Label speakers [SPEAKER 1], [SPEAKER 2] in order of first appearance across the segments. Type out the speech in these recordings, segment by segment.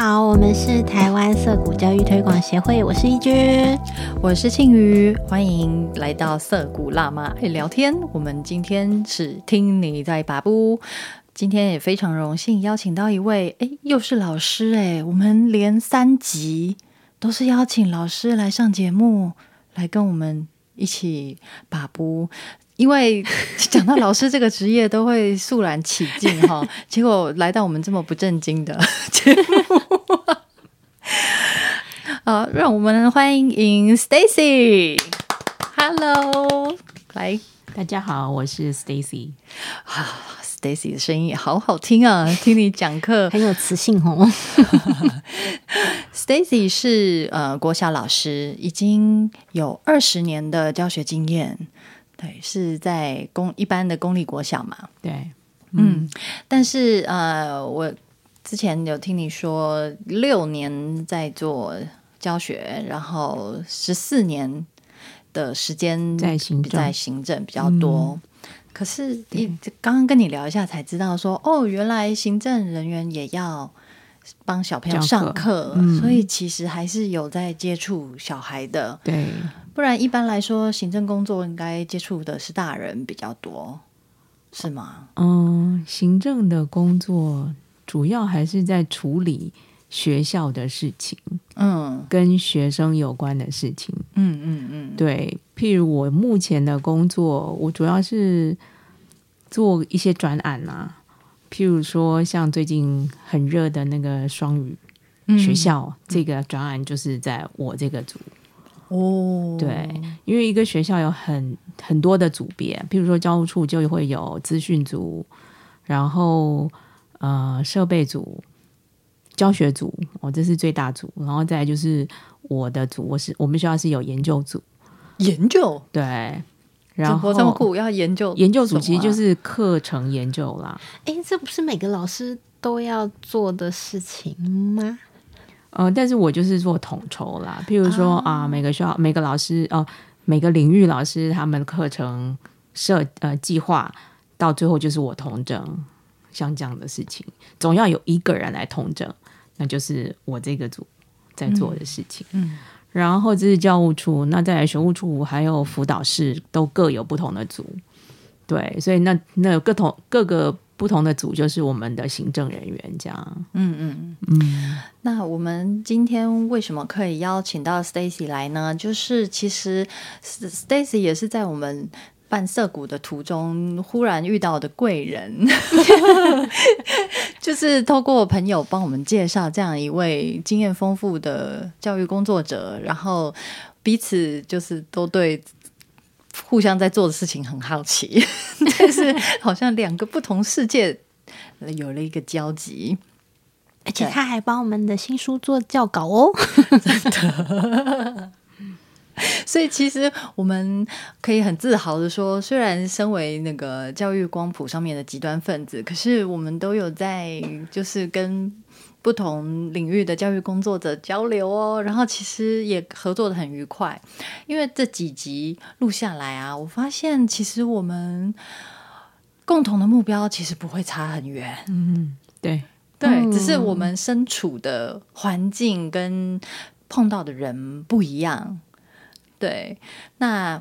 [SPEAKER 1] 好，我们是台湾色谷教育推广协会，我是一君。
[SPEAKER 2] 我是庆瑜，欢迎来到涩谷辣妈爱聊天。我们今天是听你在把布，今天也非常荣幸邀请到一位，哎，又是老师哎，我们连三集都是邀请老师来上节目，来跟我们一起把布。因为讲到老师这个职业，都会肃然起敬哈、结果来到我们这么不正经的节目，好，呃让我们欢迎 Stacy。Hello，来啊
[SPEAKER 3] 大家好，我是 Stacy。
[SPEAKER 2] ，Stacy 的声音也好好听啊！听你讲课
[SPEAKER 1] 很有磁性哦，
[SPEAKER 2] ，Stacy 是呃国小老师，已经有二十年的教学经验。对，是在公一般的公立国小嘛。
[SPEAKER 3] 对，
[SPEAKER 2] 嗯，但是呃，我之前有听你说六年在做教学，然后十四年的时间
[SPEAKER 3] 在行政嗯
[SPEAKER 2] 在行政比较多。可是你刚刚跟你聊一下才知道说，哦，原来行政人员也要帮小朋友
[SPEAKER 3] 教课
[SPEAKER 2] 上课，
[SPEAKER 3] 嗯
[SPEAKER 2] 所以其实还是有在接触小孩的。
[SPEAKER 3] 对，
[SPEAKER 2] 不然一般来说，行政工作应该接触的是大人比较多，是吗？
[SPEAKER 3] 嗯，行政的工作主要还是在处理学校的事情，
[SPEAKER 2] 嗯
[SPEAKER 3] 跟学生有关的事情。
[SPEAKER 2] 嗯嗯嗯，
[SPEAKER 3] 对，譬如我目前的工作，我主要是做一些专案啊，譬如说像最近很热的那个双语
[SPEAKER 1] 嗯
[SPEAKER 2] 嗯
[SPEAKER 3] 学校，这个专案就是在我这个组。
[SPEAKER 2] 哦，
[SPEAKER 3] 对，因为一个学校有很很多的组别，譬如说教务处就会有资讯组，然后呃设备组、教学组，哦，这是最大组，然后再来就是我的组，我是我们学校是有研究组，
[SPEAKER 2] 研究，
[SPEAKER 3] 对，
[SPEAKER 2] 这
[SPEAKER 3] 然
[SPEAKER 2] 活这么
[SPEAKER 3] 后
[SPEAKER 2] 酷，要研究
[SPEAKER 3] 研究组其实就
[SPEAKER 2] 什么啊
[SPEAKER 3] 是课程研究啦，
[SPEAKER 1] 哎、这不是每个老师都要做的事情
[SPEAKER 2] 嗯啊
[SPEAKER 1] 吗？
[SPEAKER 3] 呃，但是我就是做统筹啦，譬如
[SPEAKER 2] 哦
[SPEAKER 3] 说啊、每个学校每个老师哦、每个领域老师他们的课程设呃计划，到最后就是我统整，像这样的事情，总要有一个人来统整，那就是我这个组在做的事情。
[SPEAKER 2] 嗯嗯
[SPEAKER 3] 然后这是教务处，那再来学务处还有辅导室都各有不同的组，对，所以那那有各同各个不同的组就是我们的行政人员这样，
[SPEAKER 2] 啊，嗯嗯。
[SPEAKER 3] 嗯。
[SPEAKER 2] 那我们今天为什么可以邀请到 Stacy 来呢？就是其实 Stacy 也是在我们。办涩谷的途中，忽然遇到的贵人， 就是透过朋友帮我们介绍这样一位经验丰富的教育工作者，然后彼此就是都对互相在做的事情很好奇， 但是好像两个不同世界有了一个交集。
[SPEAKER 1] 而且他还帮我们的新书做校稿哦。
[SPEAKER 2] 所以其实我们可以很自豪的说，虽然身为那个教育光谱上面的极端分子，可是我们都有在就是跟不同领域的教育工作者交流哦，然后其实也合作的很愉快。因为这几集录下来啊，我发现其实我们共同的目标其实不会差很远。
[SPEAKER 3] 嗯，对，
[SPEAKER 2] 对，只是我们身处的环境跟碰到的人不一样。对，那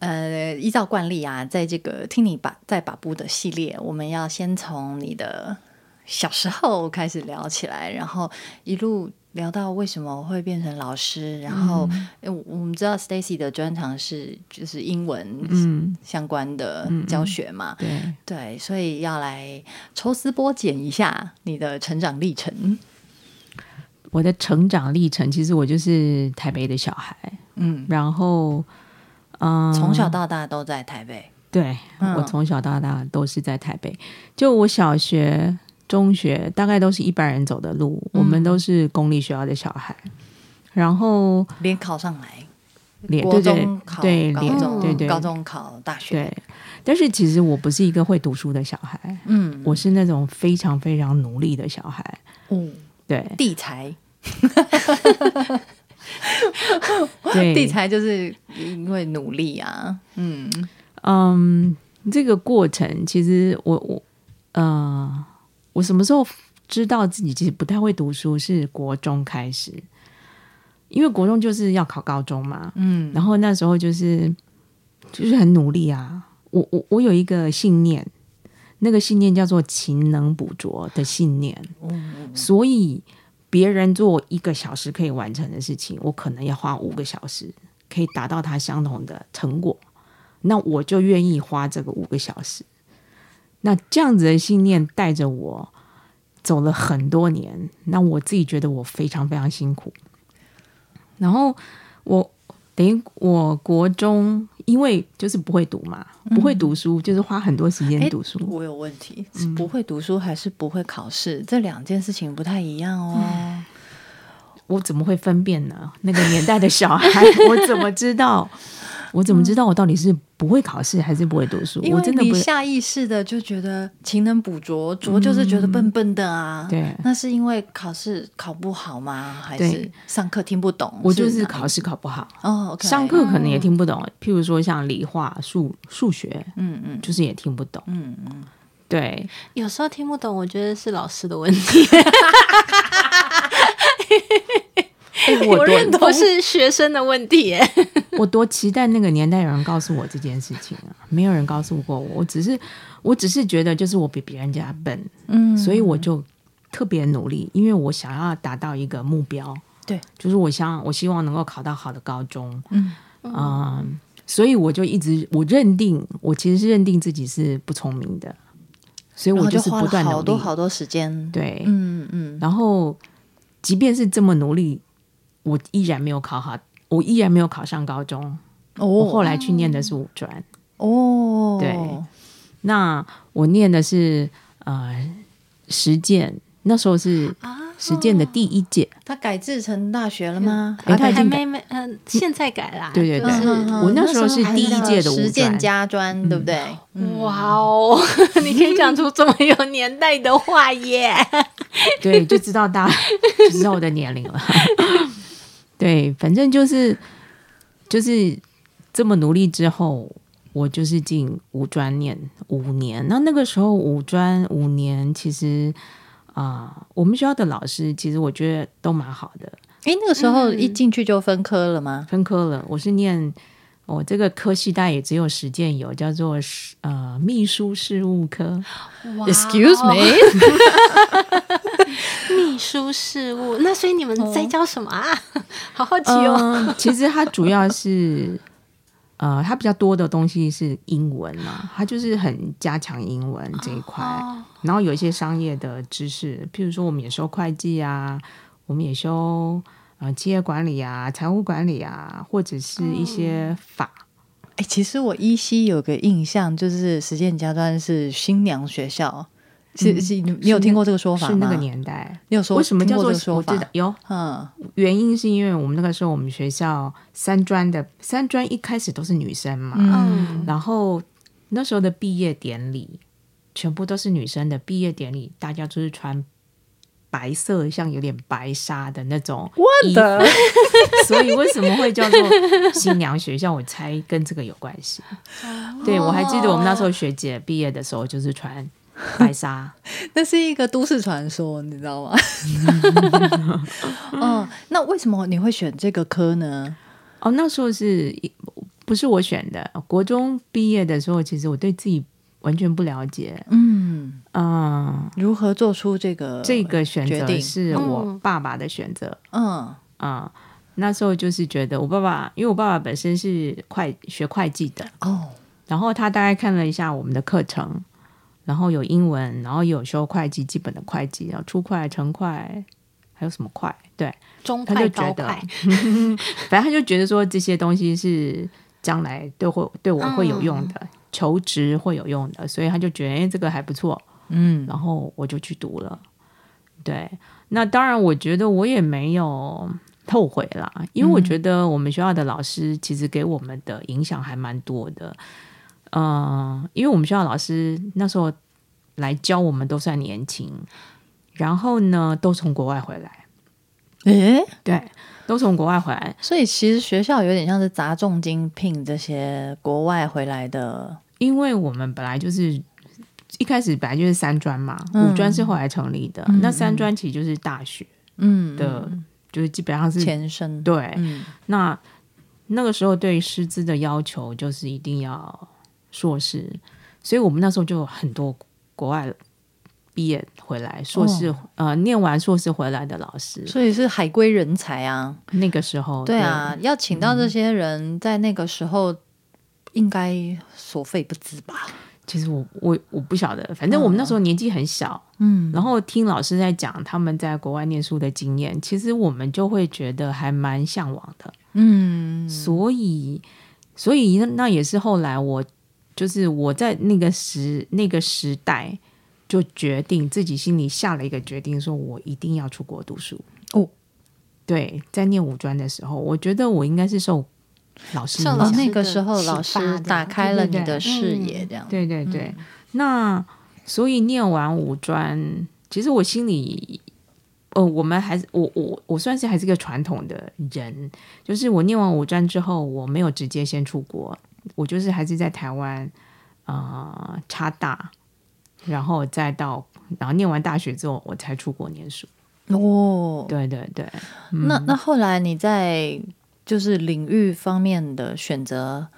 [SPEAKER 2] 呃，依照惯例啊，在这个听你把在把布的系列，我们要先从你的小时候开始聊起来，然后一路聊到为什么会变成老师，然后、呃我我们知道 Stacy 的专长是就是英文
[SPEAKER 3] 嗯，
[SPEAKER 2] 相关的教学嘛，
[SPEAKER 3] 对，
[SPEAKER 2] 对，所以要来抽丝剥茧一下你的成长历程。
[SPEAKER 3] 我的成长历程，其实我就是台北的小孩，
[SPEAKER 2] 嗯，
[SPEAKER 3] 然后，嗯、
[SPEAKER 2] 从小到大都在台北。
[SPEAKER 3] 对、
[SPEAKER 2] 嗯
[SPEAKER 3] 我从小到大都是在台北，就我小学、中学大概都是一般人走的路，
[SPEAKER 2] 嗯
[SPEAKER 3] 我们都是公立学校的小孩，然后
[SPEAKER 2] 连考上来，
[SPEAKER 3] 连
[SPEAKER 2] 国
[SPEAKER 3] 对
[SPEAKER 2] 中
[SPEAKER 3] 对
[SPEAKER 2] 考
[SPEAKER 3] 对
[SPEAKER 2] 高
[SPEAKER 3] 连
[SPEAKER 2] 中，
[SPEAKER 3] 对对
[SPEAKER 2] 高中考大学。
[SPEAKER 3] 对，但是其实我不是一个会读书的小孩，
[SPEAKER 2] 嗯，
[SPEAKER 3] 我是那种非常非常努力的小孩，
[SPEAKER 2] 哦，
[SPEAKER 3] 对
[SPEAKER 2] 地才，
[SPEAKER 3] 对，
[SPEAKER 2] 地才就是因为努力啊。嗯
[SPEAKER 3] 嗯，这个过程其实我我呃，我什么时候知道自己其实不太会读书是国中开始，因为国中就是要考高中嘛，嗯，然后那时候就是就是很努力啊，我我我有一个信念，那个信念叫做勤能补拙的信念，所以别人做一个小时可以完成的事情，我可能要花五个小时可以达到它相同的成果，那我就愿意花这个五个小时。那这样子的信念带着我走了很多年，那我自己觉得我非常非常辛苦。然后我等于我国中，因为就是不会读嘛，不会读书，就是花很多时间
[SPEAKER 2] 嗯诶
[SPEAKER 3] 读书。嗯
[SPEAKER 2] 我有问题，是不会读书还是不会考试，这两件事情不太一样
[SPEAKER 3] 嗯
[SPEAKER 2] 哦。
[SPEAKER 3] 我怎么会分辨呢？那个年代的小孩， 我怎么知道？我怎么知道我到底是不会考试还是不会读书？
[SPEAKER 2] 嗯因
[SPEAKER 3] 我
[SPEAKER 2] 为
[SPEAKER 3] 真的
[SPEAKER 2] 你
[SPEAKER 3] 不嗯
[SPEAKER 2] 下意识的就觉得勤能补拙，拙就是觉得笨笨的啊。
[SPEAKER 3] 对
[SPEAKER 2] 那是因为考试考不好吗？还是
[SPEAKER 3] 对
[SPEAKER 2] 上课听不懂？
[SPEAKER 3] 我就是
[SPEAKER 2] 哪
[SPEAKER 3] 考试考不好，
[SPEAKER 2] 哦，OK，
[SPEAKER 3] 上课可能也听不懂。譬如说像理化、数数学，
[SPEAKER 2] 嗯嗯
[SPEAKER 3] 就是也听不懂。
[SPEAKER 2] 嗯嗯，
[SPEAKER 3] 对，
[SPEAKER 1] 有时候听不懂，我觉得是老师的问题，
[SPEAKER 3] 哎我
[SPEAKER 1] 认
[SPEAKER 3] 多
[SPEAKER 1] 同是学生的问题 耶。
[SPEAKER 3] 我多期待那个年代有人告诉我这件事情啊！没有人告诉过我，我只是我只是觉得就是我比别人家笨，嗯，所以我就特别努力，因为我想要达到一个目标，
[SPEAKER 2] 对，
[SPEAKER 3] 就是我想我希望能够考到好的高中，嗯所以我就一直我认定我其实是认定自己是不聪明的，所以
[SPEAKER 2] 然
[SPEAKER 3] 我
[SPEAKER 2] 后
[SPEAKER 3] 就是
[SPEAKER 2] 花
[SPEAKER 3] 不
[SPEAKER 2] 了
[SPEAKER 3] 断努力，
[SPEAKER 2] 好多好多时间。
[SPEAKER 3] 对，
[SPEAKER 2] 嗯嗯，
[SPEAKER 3] 然后即便是这么努力，我依然没有考好，我依然没有考上高中。我
[SPEAKER 2] 哦
[SPEAKER 3] 后来去念的是五专，
[SPEAKER 2] 哦，
[SPEAKER 3] 对那我念的是呃实践，那时候是
[SPEAKER 1] 啊
[SPEAKER 3] 实践的第一届。
[SPEAKER 2] 他改制成大学了吗？
[SPEAKER 3] 诶
[SPEAKER 1] 啊
[SPEAKER 3] 他已
[SPEAKER 1] 还
[SPEAKER 3] 经
[SPEAKER 1] 没没嗯，现在改啦。
[SPEAKER 3] 对对对
[SPEAKER 1] 就是
[SPEAKER 3] 嗯我那时候是第一届的五专嗯
[SPEAKER 2] 实践家专，对不对？
[SPEAKER 1] 哇哦， 你可以讲出这么有年代的话 耶！
[SPEAKER 3] 对，就知道大家就知道我的年龄了。 对，反正就是就是这么努力之后，我就是进五专念五年。那那个时候五专五年，其实啊、我们学校的老师其实我觉得都蛮好的，
[SPEAKER 2] 诶，那个时候
[SPEAKER 3] 嗯
[SPEAKER 2] 一进去就分科了吗？
[SPEAKER 3] 分科了。我是念我这个科系，大概也只有实践有，叫做是呃秘书事务科。
[SPEAKER 1] 哇哦
[SPEAKER 2] Excuse me，
[SPEAKER 1] 秘书事务，那所以你们在教什么啊？ 好好奇哦。
[SPEAKER 3] 嗯，其实它主要是， 呃，它比较多的东西是英文嘛，它就是很加强英文这一块。
[SPEAKER 2] 哦
[SPEAKER 3] 然后有一些商业的知识，譬如说我们也修会计啊，我们也修呃企业管理啊、财务管理啊，或者是一些
[SPEAKER 2] 哦
[SPEAKER 3] 法。
[SPEAKER 2] 哎、其实我依稀有个印象，就是实践家专是新娘学校，是、是，你你有听过这个说
[SPEAKER 3] 嗯
[SPEAKER 2] 法
[SPEAKER 3] 是
[SPEAKER 2] 吗？
[SPEAKER 3] 那个年代，
[SPEAKER 2] 你有说
[SPEAKER 3] 为什么
[SPEAKER 2] 听
[SPEAKER 3] 叫
[SPEAKER 2] 过
[SPEAKER 3] 做
[SPEAKER 2] 这个说
[SPEAKER 3] 我
[SPEAKER 2] 法
[SPEAKER 3] 知道？有
[SPEAKER 2] 嗯，
[SPEAKER 3] 原因是因为我们那个时候我们学校三专的三专一开始都是女生嘛，
[SPEAKER 1] 嗯，
[SPEAKER 3] 然后那时候的毕业典礼全部都是女生的毕业典礼，大家就是穿白色，像有点白纱的那种衣服，所以为什么会叫做新娘学校？我猜跟这个有关系。对，我还记得我们那时候学姐毕业的时候就是穿白纱，
[SPEAKER 2] 那是一个都市传说，你知道吗？ 嗯，那为什么你会选这个科呢？
[SPEAKER 3] 哦，那时候是不是我选的？国中毕业的时候，其实我对自己完全不了解。
[SPEAKER 2] 嗯，
[SPEAKER 3] 嗯，
[SPEAKER 2] 如何做出这个
[SPEAKER 3] 这个选
[SPEAKER 2] 决
[SPEAKER 3] 择
[SPEAKER 2] 定
[SPEAKER 3] 是我爸爸的选择。
[SPEAKER 2] 嗯
[SPEAKER 3] 嗯，那时候就是觉得我爸爸，因为我爸爸本身是会学会计的，
[SPEAKER 2] 哦
[SPEAKER 3] 然后他大概看了一下我们的课程，然后有英文，然后有修会计基本的会计，然后初会、成会，还有什么会？对，
[SPEAKER 1] 中
[SPEAKER 3] 他就
[SPEAKER 1] 快
[SPEAKER 3] 觉
[SPEAKER 1] 高
[SPEAKER 3] 得
[SPEAKER 1] 快，
[SPEAKER 3] 反正他就觉得说这些东西是将来对会对我会有用的，求职会有用的，所以他就觉得哎、诶这个还不错，
[SPEAKER 2] 嗯
[SPEAKER 3] 然后我就去读了。对，那当然，我觉得我也没有后悔啦，因
[SPEAKER 2] 嗯
[SPEAKER 3] 为我觉得我们学校的老师其实给我们的影响还蛮多的。嗯、因为我们学校老师那时候来教我们都算年轻，然后呢，都从国外回来，
[SPEAKER 2] 诶、
[SPEAKER 3] 对，都从国外回来，
[SPEAKER 2] 所以其实学校有点像是砸重金聘这些国外回来的
[SPEAKER 3] 因为我们本来就是一开始本来就是三专嘛，
[SPEAKER 2] 嗯
[SPEAKER 3] 五专是后来成立的，那三专其实就是大学
[SPEAKER 2] 嗯
[SPEAKER 3] 的，就是基本上是
[SPEAKER 2] 前身，
[SPEAKER 3] 对。
[SPEAKER 2] 嗯
[SPEAKER 3] 那那个时候对师资的要求就是一定要硕士，所以我们那时候就有很多国外毕业回来硕士、呃念完硕士回来的老师，
[SPEAKER 2] 所以哦是海归人才啊，
[SPEAKER 3] 那个时候
[SPEAKER 2] 对啊，要请到这些人，在那个时候应该所费不赀吧？
[SPEAKER 3] 其实我我我不晓得，反正我们那时候年纪很小，嗯，然后听老师在讲他们在国外念书的经验，其实我们就会觉得还蛮向往的，嗯，所以所以那那也是后来我就是我在那个时那个时代就决定自己心里下了一个决定，说我一定要出国读书
[SPEAKER 2] 哦。
[SPEAKER 3] 对，在念五专的时候，我觉得我应该是受老师
[SPEAKER 1] 受
[SPEAKER 3] 影
[SPEAKER 1] 老
[SPEAKER 3] 响
[SPEAKER 1] 师
[SPEAKER 2] 哦，
[SPEAKER 1] 的
[SPEAKER 2] 那个时候
[SPEAKER 1] 启发
[SPEAKER 2] 老师
[SPEAKER 1] 的
[SPEAKER 2] 打开了你
[SPEAKER 3] 对对对
[SPEAKER 2] 的视野，这样。
[SPEAKER 3] 对对对，那所以念完五专，其实我心里，呃，我们还是我我我算是还是个传统的人，就是我念完五专之后，我没有直接先出国，我就是还是在台湾啊、呃插大，然后再到然后念完大学之后，我才出国念书。
[SPEAKER 2] 哦，
[SPEAKER 3] 对对对，
[SPEAKER 2] 那那后来你在就是领域方面的选择，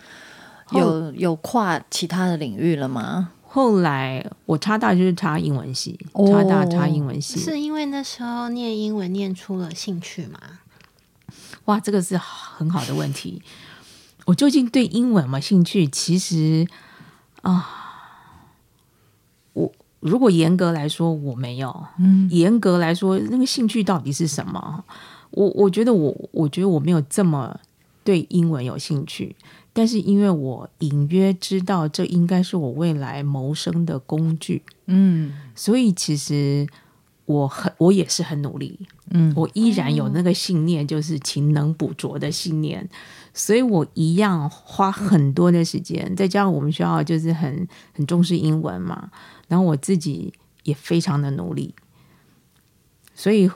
[SPEAKER 3] 后
[SPEAKER 2] 有有跨其他的领域了吗？
[SPEAKER 3] 后来我插大就是插英文系，
[SPEAKER 2] 哦
[SPEAKER 3] 插大插英文系，
[SPEAKER 1] 是因为那时候念英文念出了兴趣嘛？
[SPEAKER 3] 哇，这个是很好的问题。我究竟对英文有没有兴趣？其实啊，我如果严格来说，我没有。嗯，严格来说，那个兴趣到底是什么？我我觉得我，我觉得我没有这么对英文有兴趣。但是因为我隐约知道这应该是我未来谋生的工具，
[SPEAKER 2] 嗯
[SPEAKER 3] 所以其实我很我也是很努力，
[SPEAKER 2] 嗯，
[SPEAKER 3] 我依然有那个信念，就是勤能补拙的信念，所以我一样花很多的时间，再加上我们学校就是很很重视英文嘛，然后我自己也非常的努力，所以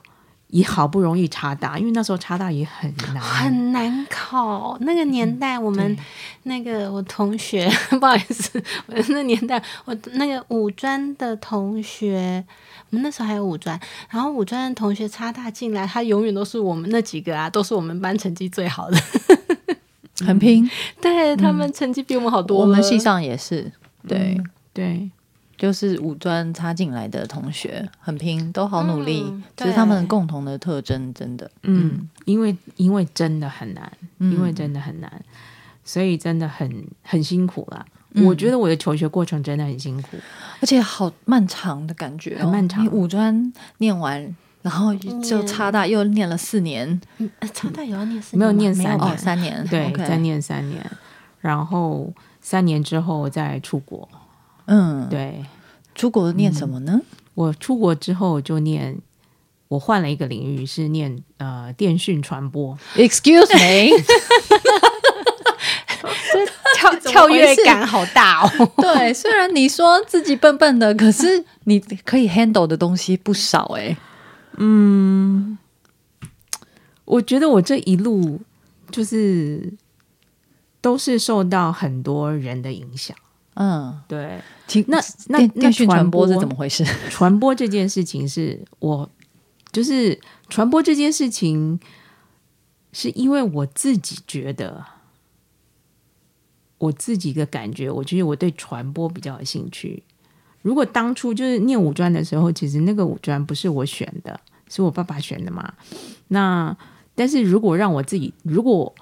[SPEAKER 3] 也好不容易插大，因为那时候插大也很难，
[SPEAKER 1] 很难考，那个年代我
[SPEAKER 2] 嗯
[SPEAKER 1] 们那个我同学， 不好意思，我那年代我那个五专的同学，我们那时候还有五专，然后五专的同学插大进来，他永远都是我们那几个啊，都是我们班成绩最好 的，
[SPEAKER 2] 很拼，
[SPEAKER 1] 对他们成绩比我们好多
[SPEAKER 2] 我
[SPEAKER 1] 了。
[SPEAKER 2] 们系上也是，对，
[SPEAKER 3] 对
[SPEAKER 2] 就是五专插进来的同学很拼，都好努力，
[SPEAKER 1] 嗯
[SPEAKER 2] 这是他们
[SPEAKER 1] 对
[SPEAKER 2] 共同的特征，真的。
[SPEAKER 3] 嗯，因为因为真的很难，因为真的很难，所以真的很很辛苦啦。我觉得我的求学过程真的很辛苦，
[SPEAKER 2] 而且好漫长的感觉、哦，
[SPEAKER 3] 很漫长
[SPEAKER 2] 你五专念完，然后就插大又念了四年，
[SPEAKER 1] 嗯呃插大有要念四
[SPEAKER 3] 没有
[SPEAKER 1] 吗
[SPEAKER 3] 念三
[SPEAKER 2] 哦，
[SPEAKER 3] 年
[SPEAKER 2] 三 年，
[SPEAKER 3] 对
[SPEAKER 2] o k
[SPEAKER 3] 再，念三年，然后三年之后再出国。
[SPEAKER 2] 嗯，
[SPEAKER 3] 对嗯
[SPEAKER 2] 出国念什么呢？
[SPEAKER 3] 我出国之后就念，我换了一个领域，是念呃电讯传播。
[SPEAKER 2] Excuse me，
[SPEAKER 1] 跳
[SPEAKER 2] 怎么
[SPEAKER 1] 跳
[SPEAKER 2] 回
[SPEAKER 1] 跃
[SPEAKER 2] 事
[SPEAKER 1] 感好 大哦。
[SPEAKER 2] 对，虽然你说自己笨笨的，可是你可以 handle 的东西不少哎、
[SPEAKER 3] 我觉得我这一路就是都是受到很多人的影响。
[SPEAKER 2] 嗯，
[SPEAKER 3] 对，
[SPEAKER 2] 其
[SPEAKER 3] 那那
[SPEAKER 2] 电
[SPEAKER 3] 那
[SPEAKER 2] 电讯传播
[SPEAKER 3] 传播
[SPEAKER 2] 是怎么回事？
[SPEAKER 3] 传播这件事情是我，就是传播这件事情，是因为我自己觉得，我自己的感觉，我觉得我对传播比较有兴趣。如果当初就是念五专的时候，其实那个五专不是我选的，是我爸爸选的嘛。那但是如果让我自己，如果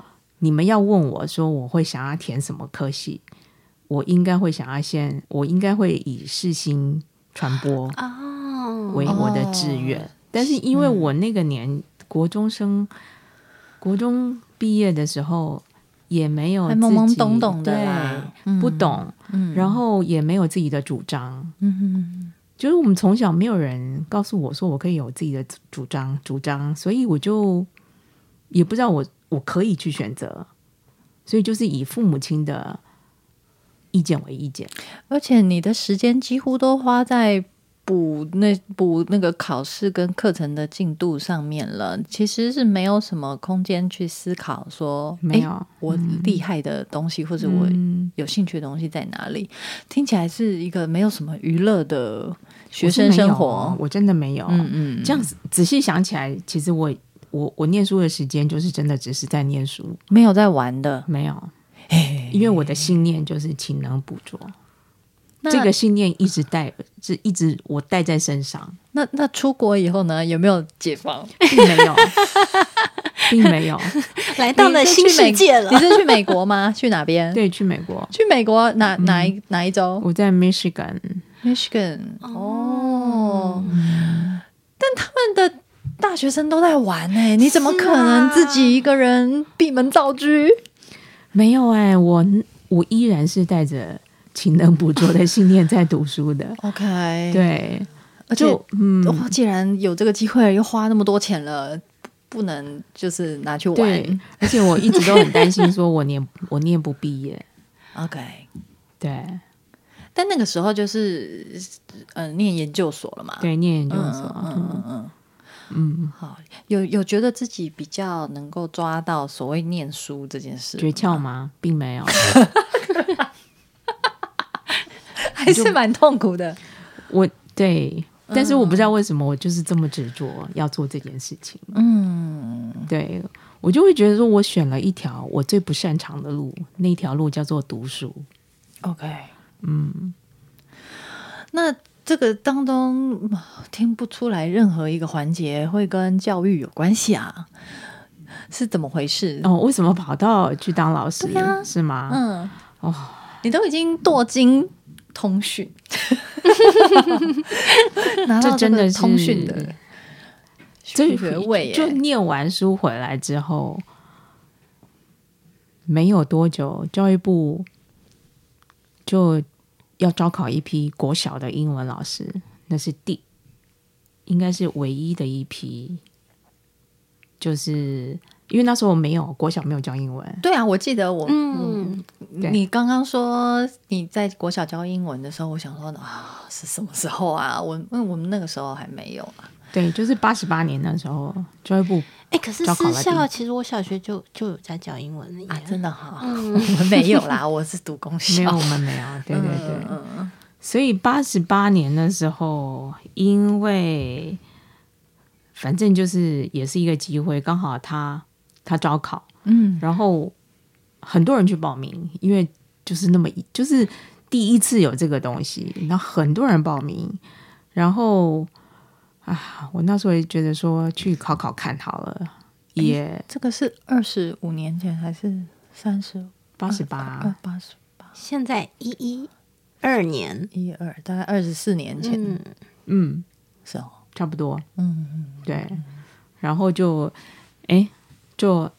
[SPEAKER 3] 你们要问我说我会想要填什么科系，我应该会想要先，我应该会以世新传播
[SPEAKER 2] 哦
[SPEAKER 3] 为我的志愿。但是因为我那个年、国中生，国中毕业的时候也没有
[SPEAKER 2] 还懵懵
[SPEAKER 3] 哦自己
[SPEAKER 2] 懂懂的
[SPEAKER 3] 对
[SPEAKER 2] 啦嗯
[SPEAKER 3] 不懂，然后也没有自己的主张，嗯，就是我们从小没有人告诉我说我可以有自己的主张，主张，所以我就也不知道我我可以去选择，所以就是以父母亲的意见为意见，
[SPEAKER 2] 而且你的时间几乎都花在补那补那个考试跟课程的进度上面了，其实是没有什么空间去思考说，
[SPEAKER 3] 没有嗯
[SPEAKER 2] 诶我厉害的东西、或者我有兴趣的东西在哪里？听起来是一个没有什么娱乐的学生生活。
[SPEAKER 3] 哦我真的没有。啊
[SPEAKER 2] 嗯嗯，
[SPEAKER 3] 这样子仔细想起来，其实我我我念书的时间就是真的只是在念书，
[SPEAKER 2] 没有在玩的。
[SPEAKER 3] 没有，
[SPEAKER 2] 嘿
[SPEAKER 3] 因为我的信念就是勤能补拙，
[SPEAKER 2] 那
[SPEAKER 3] 这个信念一直带，是一直我带在身上，
[SPEAKER 2] 那那出国以后呢？有没有解 放？
[SPEAKER 3] 并没 有，并没有。
[SPEAKER 1] 来到了新世界
[SPEAKER 2] 你
[SPEAKER 1] 了。
[SPEAKER 2] 是去美国吗？去哪边？
[SPEAKER 3] 对，嗯去美国，
[SPEAKER 2] 去美国哪哪一哪一州
[SPEAKER 3] 我在 Michigan，
[SPEAKER 2] ？Michigan。哦，但他们的大学生都在玩哎、你怎么可能自己一个人闭门造车？。
[SPEAKER 3] 没有哎、我我依然是带着勤能补拙的信念在读书的
[SPEAKER 2] OK，，
[SPEAKER 3] 对，
[SPEAKER 2] 而且
[SPEAKER 3] 就嗯，
[SPEAKER 2] 哇，既然有这个机会，又花那么多钱了，不能就是拿去
[SPEAKER 3] 对
[SPEAKER 2] 玩。，
[SPEAKER 3] 而且我一直都很担心，说我念 我念不毕业。
[SPEAKER 2] OK，
[SPEAKER 3] 对
[SPEAKER 2] 但那个时候就是嗯、呃念研究所了嘛，
[SPEAKER 3] 对，念研究
[SPEAKER 2] 嗯，
[SPEAKER 3] 所，
[SPEAKER 2] 嗯嗯嗯嗯。
[SPEAKER 3] 嗯，
[SPEAKER 2] 好，有有觉得自己比较能够抓到所谓念书这件事，
[SPEAKER 3] 诀窍吗？并没有。
[SPEAKER 2] 还是蛮痛苦的。
[SPEAKER 3] 我对，
[SPEAKER 2] 嗯
[SPEAKER 3] 但是我不知道为什么我就是这么执着要做这件事情。
[SPEAKER 2] 嗯，
[SPEAKER 3] 对我就会觉得说，我选了一条我最不擅长的路，那条路叫做读书。
[SPEAKER 2] OK，嗯，那这个当中嗯听不出来任何一个环节会跟教育有关系啊，是怎么回事？
[SPEAKER 3] 哦，为什么跑到去当老师？
[SPEAKER 2] 对啊
[SPEAKER 3] 是吗？
[SPEAKER 2] 嗯，
[SPEAKER 3] 哦，
[SPEAKER 2] 你都已经堕经 通讯，拿到
[SPEAKER 3] 这真的
[SPEAKER 2] 个
[SPEAKER 3] 是
[SPEAKER 2] 通讯的
[SPEAKER 3] 这
[SPEAKER 2] 学位耶，
[SPEAKER 3] 就念完书回来之后，没有多久，教育部就要招考一批国小的英文老师，那是第应该是唯一的一批，就是因为那时候没有国小没有教英文，
[SPEAKER 2] 对啊，我记得我
[SPEAKER 1] 嗯，
[SPEAKER 3] 对
[SPEAKER 2] 你刚刚说你在国小教英文的时候，我想说啊，是什么时候啊？我因为我们那个时候还没有啊。
[SPEAKER 3] 对，就是八十八年那时候，教育部
[SPEAKER 1] 哎，可是
[SPEAKER 3] 招考
[SPEAKER 1] 私
[SPEAKER 3] 来
[SPEAKER 1] 校
[SPEAKER 3] 宾
[SPEAKER 1] 其实我小学就就有在教英文了耶，
[SPEAKER 2] 啊，真的哈、 我们没有啦，我是读公
[SPEAKER 3] 没有，
[SPEAKER 2] 校
[SPEAKER 3] 我。们没有，对对对。
[SPEAKER 2] 嗯嗯
[SPEAKER 3] 所以八十八年的时候，因为反正就是也是一个机会，刚好他他招考，
[SPEAKER 2] 嗯，
[SPEAKER 3] 然后很多人去报名，因为就是那么一就是第一次有这个东西，然后很多人报名，然后啊，我那时候也觉得说去考考看好了，也
[SPEAKER 2] 这个是二十五年前还是三十
[SPEAKER 3] 八十
[SPEAKER 2] 二
[SPEAKER 3] 八，
[SPEAKER 2] 八十八
[SPEAKER 1] 现在一一二年，
[SPEAKER 2] 一二，大概二十四年前、
[SPEAKER 1] 嗯，
[SPEAKER 3] 嗯，
[SPEAKER 2] 是哦。
[SPEAKER 3] 差不多，
[SPEAKER 2] 嗯嗯
[SPEAKER 3] 对，然后就哎，就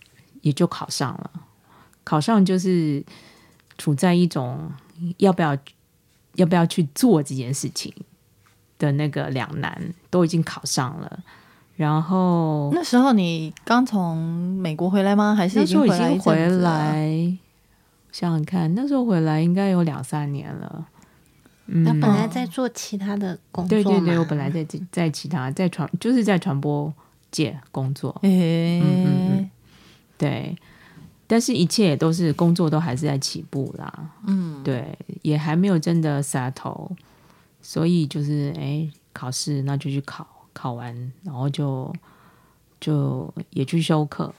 [SPEAKER 3] 也就考上了。考上就是处在一种要不要要不要去做这件事情的那个两难，都已经考上了。然后
[SPEAKER 2] 那时候你刚从美国回来吗？还是
[SPEAKER 3] 那
[SPEAKER 2] 已
[SPEAKER 3] 时
[SPEAKER 2] 经
[SPEAKER 3] 候已
[SPEAKER 2] 回来一
[SPEAKER 3] 经回
[SPEAKER 2] 阵子了
[SPEAKER 3] 来，想想看，那时候回来应该有两三年了。嗯
[SPEAKER 1] 那本来在做其他的工
[SPEAKER 3] 对
[SPEAKER 1] 作嘛，
[SPEAKER 3] 对
[SPEAKER 2] 啊
[SPEAKER 3] 对，我本来在在其他在传就是在传播界工作，
[SPEAKER 2] 诶、
[SPEAKER 3] 嗯嗯对，但是一切也都是工作，都还是在起步啦。嗯，对，也还没有真的 settle，所以就是哎、考试那就去考，考完然后就就也去修课，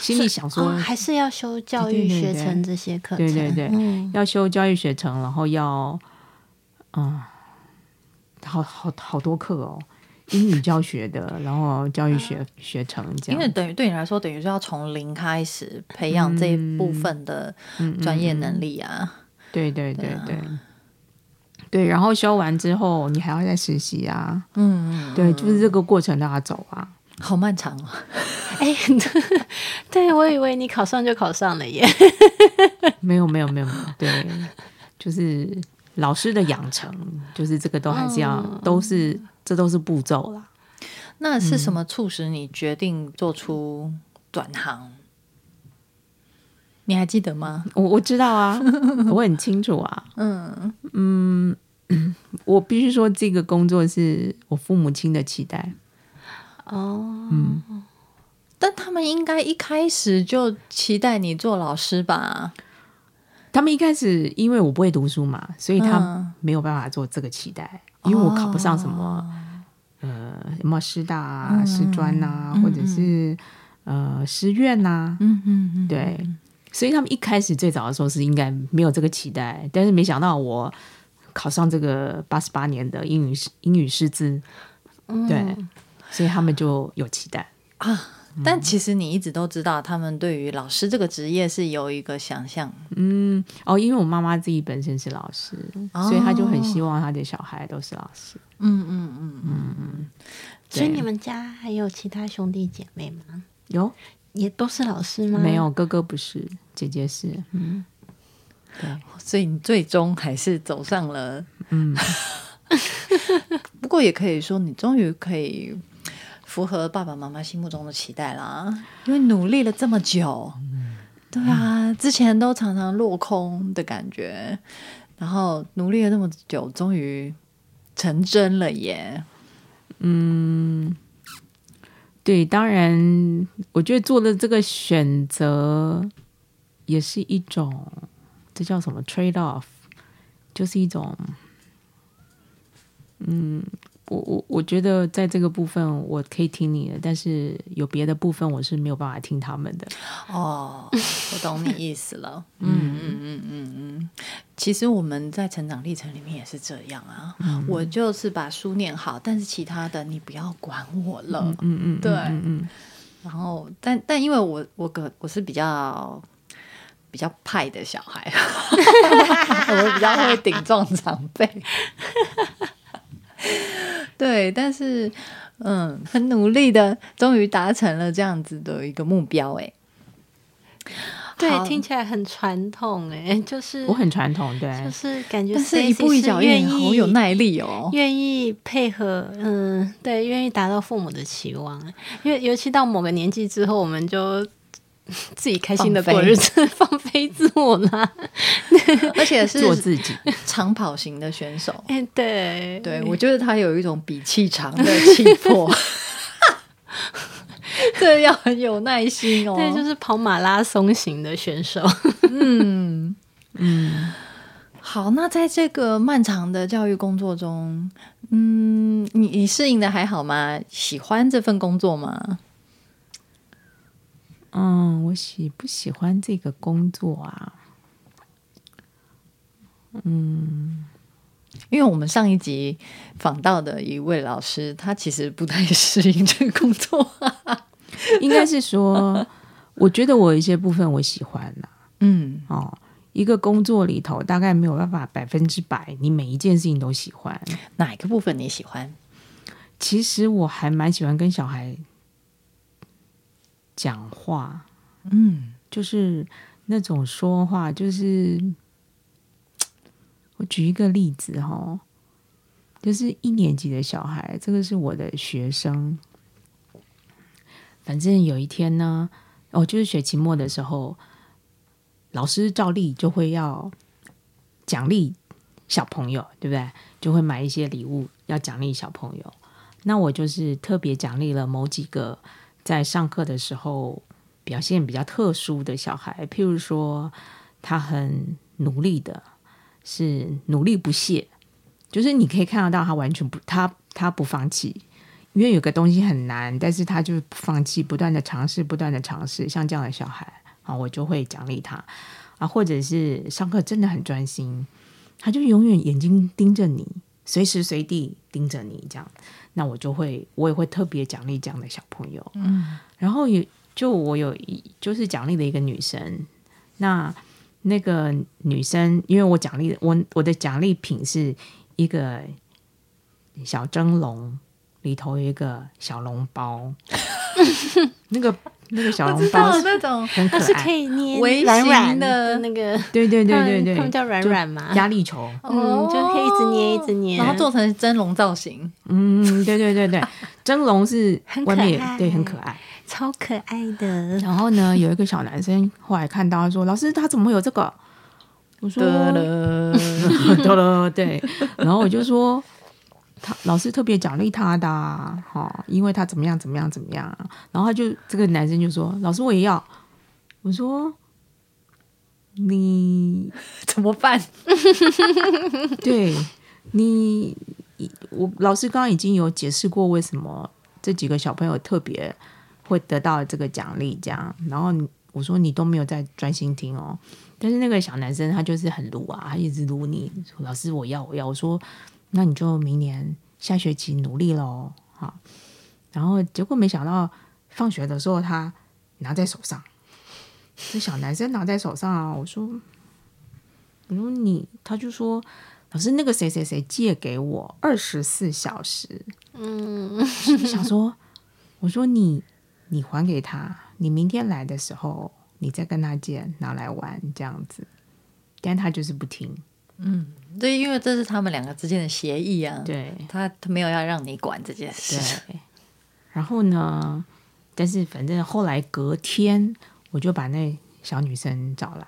[SPEAKER 3] 心里想说
[SPEAKER 1] 哦，还是要修教
[SPEAKER 3] 对
[SPEAKER 1] 育
[SPEAKER 3] 对
[SPEAKER 1] 学
[SPEAKER 3] 对
[SPEAKER 1] 程这些课程，
[SPEAKER 3] 对对对
[SPEAKER 1] 嗯
[SPEAKER 3] 要修教育学程，然后要嗯，好好好多课哦，英语教学的，然后教育
[SPEAKER 1] 啊
[SPEAKER 3] 学学程这
[SPEAKER 2] 因
[SPEAKER 3] 样，
[SPEAKER 2] 为等于对你来说，等于是要从零开始培养这一部分的专业能力啊。
[SPEAKER 3] 对对对对。对，然后修完之后，你还要再实习啊。
[SPEAKER 2] 嗯，
[SPEAKER 3] 对，就是这个过程让他走啊。
[SPEAKER 2] 好漫长啊！
[SPEAKER 1] 哎，对我以为你考上就考上了耶，
[SPEAKER 3] 没有，没有，没有，没有对，就是老师的养成，就是这个都还是要，都是这都是步骤啦。
[SPEAKER 2] 那是什么促使你决定做出转行？你还记得吗？
[SPEAKER 3] 我我知道啊，我很清楚啊。嗯 我必须说，这个工作是我父母亲的期待。
[SPEAKER 1] 哦，
[SPEAKER 2] 但他们应该一开始就期待你做老师吧？
[SPEAKER 3] 他们一开始因为我不会读书嘛，所以
[SPEAKER 2] 嗯哦
[SPEAKER 3] 他没有办法做这个期待，因为我考不上什么、呃，什么师大啊、
[SPEAKER 2] 嗯
[SPEAKER 3] 师专啊，或者是呃师院呐、
[SPEAKER 2] 嗯嗯嗯，
[SPEAKER 3] 对。所以他们一开始最早的时候是应该没有这个期待，但是没想到我考上这个八十八年的英语英语师资，
[SPEAKER 2] 嗯
[SPEAKER 3] 对，所以他们就有期待。
[SPEAKER 2] 啊。但其实你一直都知道，他们对于老师这个职业是有一个想象。
[SPEAKER 3] 嗯，哦，因为我妈妈自己本身是老师，所以她就
[SPEAKER 2] 哦
[SPEAKER 3] 很希望她的小孩都是老师。
[SPEAKER 2] 嗯嗯嗯嗯，
[SPEAKER 1] 所以
[SPEAKER 3] 对
[SPEAKER 1] 你们家还有其他兄弟姐妹吗？
[SPEAKER 3] 有
[SPEAKER 1] 也都是老师吗？
[SPEAKER 3] 没，有哥哥不是，姐姐是。嗯，
[SPEAKER 2] 所以你最终还是走上了，
[SPEAKER 3] 嗯，
[SPEAKER 2] 不过也可以说你终于可以符合爸爸妈妈心目中的期待啦，因为努力了这么久，对啊，之前都常常落空的感觉，然后努力了那么久，终于成真了耶！
[SPEAKER 3] 对，当然，我觉得做的这个选择也是一种，这叫什么 trade off，就是一种，嗯，我我我觉得在这个部分我可以听你的，但是有别的部分我是没有办法听他们的。
[SPEAKER 2] 哦，我懂你意思了。嗯嗯嗯嗯嗯，其实我们在成长历程里面也是这样啊。我就是把书念好，但是其他的你不要管我了。
[SPEAKER 3] 嗯嗯，
[SPEAKER 2] 对
[SPEAKER 3] 嗯嗯。
[SPEAKER 2] 然后，但但因为我我个我是比较比较派的小 孩，我比较会顶撞长辈。 对，但是嗯，很努力的，终于达成了这样子的一个目标。哎，好
[SPEAKER 1] 对，听起来很传统哎，就是
[SPEAKER 3] 我很传统，对，
[SPEAKER 1] 就是感觉
[SPEAKER 2] 但是
[SPEAKER 1] Stacy
[SPEAKER 2] 一步一脚印，
[SPEAKER 1] 愿
[SPEAKER 2] 好
[SPEAKER 1] 意
[SPEAKER 2] 有耐力哦。
[SPEAKER 1] 愿意配合，嗯，对，愿意达到父母的期望，因为尤其到某个年纪之后，我们就 自己开心的过日子， 放飞自我 啦。
[SPEAKER 2] 而且是
[SPEAKER 3] 做自己。
[SPEAKER 2] 长跑型的选手。
[SPEAKER 1] 哎、对，
[SPEAKER 2] 对，我觉得他有一种比气长的 气魄，这要很有耐心哦。
[SPEAKER 1] 对，就是跑马拉松型的选 手。
[SPEAKER 2] 嗯，好，那在这个漫长的教育工作中，嗯，你你适应的还好吗？喜欢这份工作吗？
[SPEAKER 3] 嗯，我喜不喜欢这个工作啊？
[SPEAKER 2] 因为我们上一集访到的一位老师，他其实不太适应这个工作。
[SPEAKER 3] 应该是说，我觉得我有一些部分我喜欢啊啦、
[SPEAKER 2] 嗯
[SPEAKER 3] 哦，一个工作里头大概没有办法百分之百，你每一件事情都喜欢。
[SPEAKER 2] 哪一个部分你喜欢？
[SPEAKER 3] 其实我还蛮喜欢跟小孩讲话，
[SPEAKER 2] 嗯，
[SPEAKER 3] 就是那种说话，就是我举一个例子哈、就是一年级的小孩，这个是我的学生。反正有一天呢，哦，就是学期末的时候，老师照例就会要奖励小朋友，对不对？就会买一些礼物要奖励小朋友。那我就是特别奖励了某几个在上课的时候表现比较特殊的小孩，譬如说他很努力的，是努力不懈，就是你可以看得到他完全不，他他不放弃。因为有个东西很难，但是他就是不放弃，不断的尝试，不断的尝试。像这样的小孩啊，我就会奖励他啊，或者是上课真的很专心，他就永远眼睛盯着你，随时随地盯着你这样。那我就会，我也会特别奖励这样的小朋友。嗯，然后也就我有一就是奖励了一个女生，那那个女生，因为我奖励我我的奖励品是一个小蒸笼，里头有一个小笼包， 那个那个小笼包
[SPEAKER 2] 那种
[SPEAKER 3] 很可
[SPEAKER 1] 它
[SPEAKER 3] 爱，
[SPEAKER 1] 是可以
[SPEAKER 2] 微
[SPEAKER 1] 捏软软
[SPEAKER 2] 型的
[SPEAKER 1] 那个，
[SPEAKER 3] 对对
[SPEAKER 1] 他
[SPEAKER 3] 对
[SPEAKER 1] 们
[SPEAKER 3] 对对，
[SPEAKER 1] 他们叫软
[SPEAKER 3] 就
[SPEAKER 1] 软嘛
[SPEAKER 3] 压力球，
[SPEAKER 1] 嗯，就可以一直捏，一直捏，
[SPEAKER 2] 然后做成蒸笼造型，
[SPEAKER 3] 嗯，对对 对对，蒸笼是
[SPEAKER 1] 很可
[SPEAKER 3] 外面
[SPEAKER 1] 爱
[SPEAKER 3] 有对很可爱。
[SPEAKER 1] 超可爱的。
[SPEAKER 3] 然后呢，有一个小男生后来看到他说：“老师，他怎么会有这个？”我说
[SPEAKER 2] 得了，
[SPEAKER 3] 得了，对。然后我就说，他老师特别奖励他的啊哈、因为他怎么样怎么样怎么样啊。然后他就这个男生就说：“老师，我也要。”我说：“你
[SPEAKER 2] 怎么办？
[SPEAKER 3] 对你，我老师刚刚已经有解释过为什么这几个小朋友特别会得到这个奖励，这样。然后你我说你都没有在专心听哦，但是那个小男生他就是很撸啊，他一直撸你，说老师我要我要。我说那你就明年下学期努力喽，好。然后结果没想到放学的时候他拿在手上，这小男生拿在手上啊，我说。我说你，他就说老师，那个谁谁谁借给我二十四小时。嗯，想说， 我说你，你还给他，你明天来的时候，你再跟他借，拿来玩这样子。但他就是不听，
[SPEAKER 2] 对，因为这是他们两个之间的协议啊。，
[SPEAKER 3] 对
[SPEAKER 2] 他他没有要让你管这件
[SPEAKER 3] 对
[SPEAKER 2] 事。。
[SPEAKER 3] 然后呢，但是反正后来隔天，我就把那小女生找来，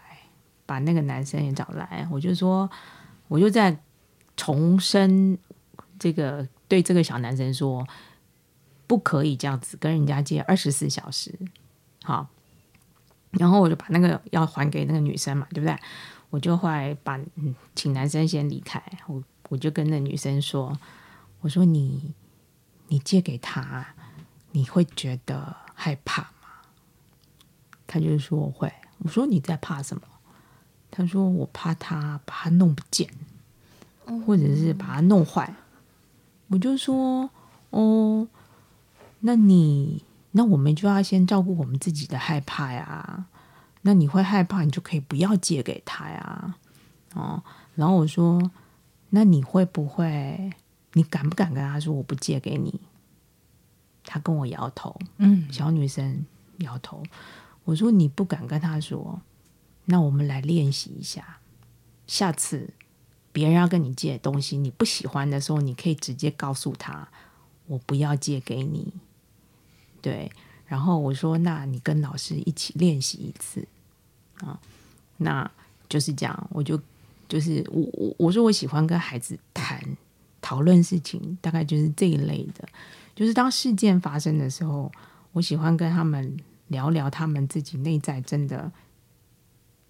[SPEAKER 3] 把那个男生也找来，我就说，我就在重申这个对这个小男生说，不可以这样子跟人家借二十四小时，好。然后我就把那个要还给那个女生嘛，对不对？我就后来把嗯请男生先离开，我我就跟那女生说，我说你你借给他，你会觉得害怕吗？他就说我会。我说你在怕什么？他说我怕他把它弄不见，或者是把它弄坏。我就说哦，那你那我们就要先照顾我们自己的害怕呀。那你会害怕，你就可以不要借给他呀。哦，然后我说，那你会不会？你敢不敢跟他说我不借给你？他跟我摇头，
[SPEAKER 2] 嗯，
[SPEAKER 3] 小女生摇头。我说你不敢跟他说，那我们来练习一下，下次别人要跟你借东西，你不喜欢的时候，你可以直接告诉他，我不要借给你。对，然后我说，那你跟老师一起练习一次啊，那就是这样。我就就是我我我说我喜欢跟孩子谈讨论事情，大概就是这一类的。就是当事件发生的时候，我喜欢跟他们聊聊他们自己内在真的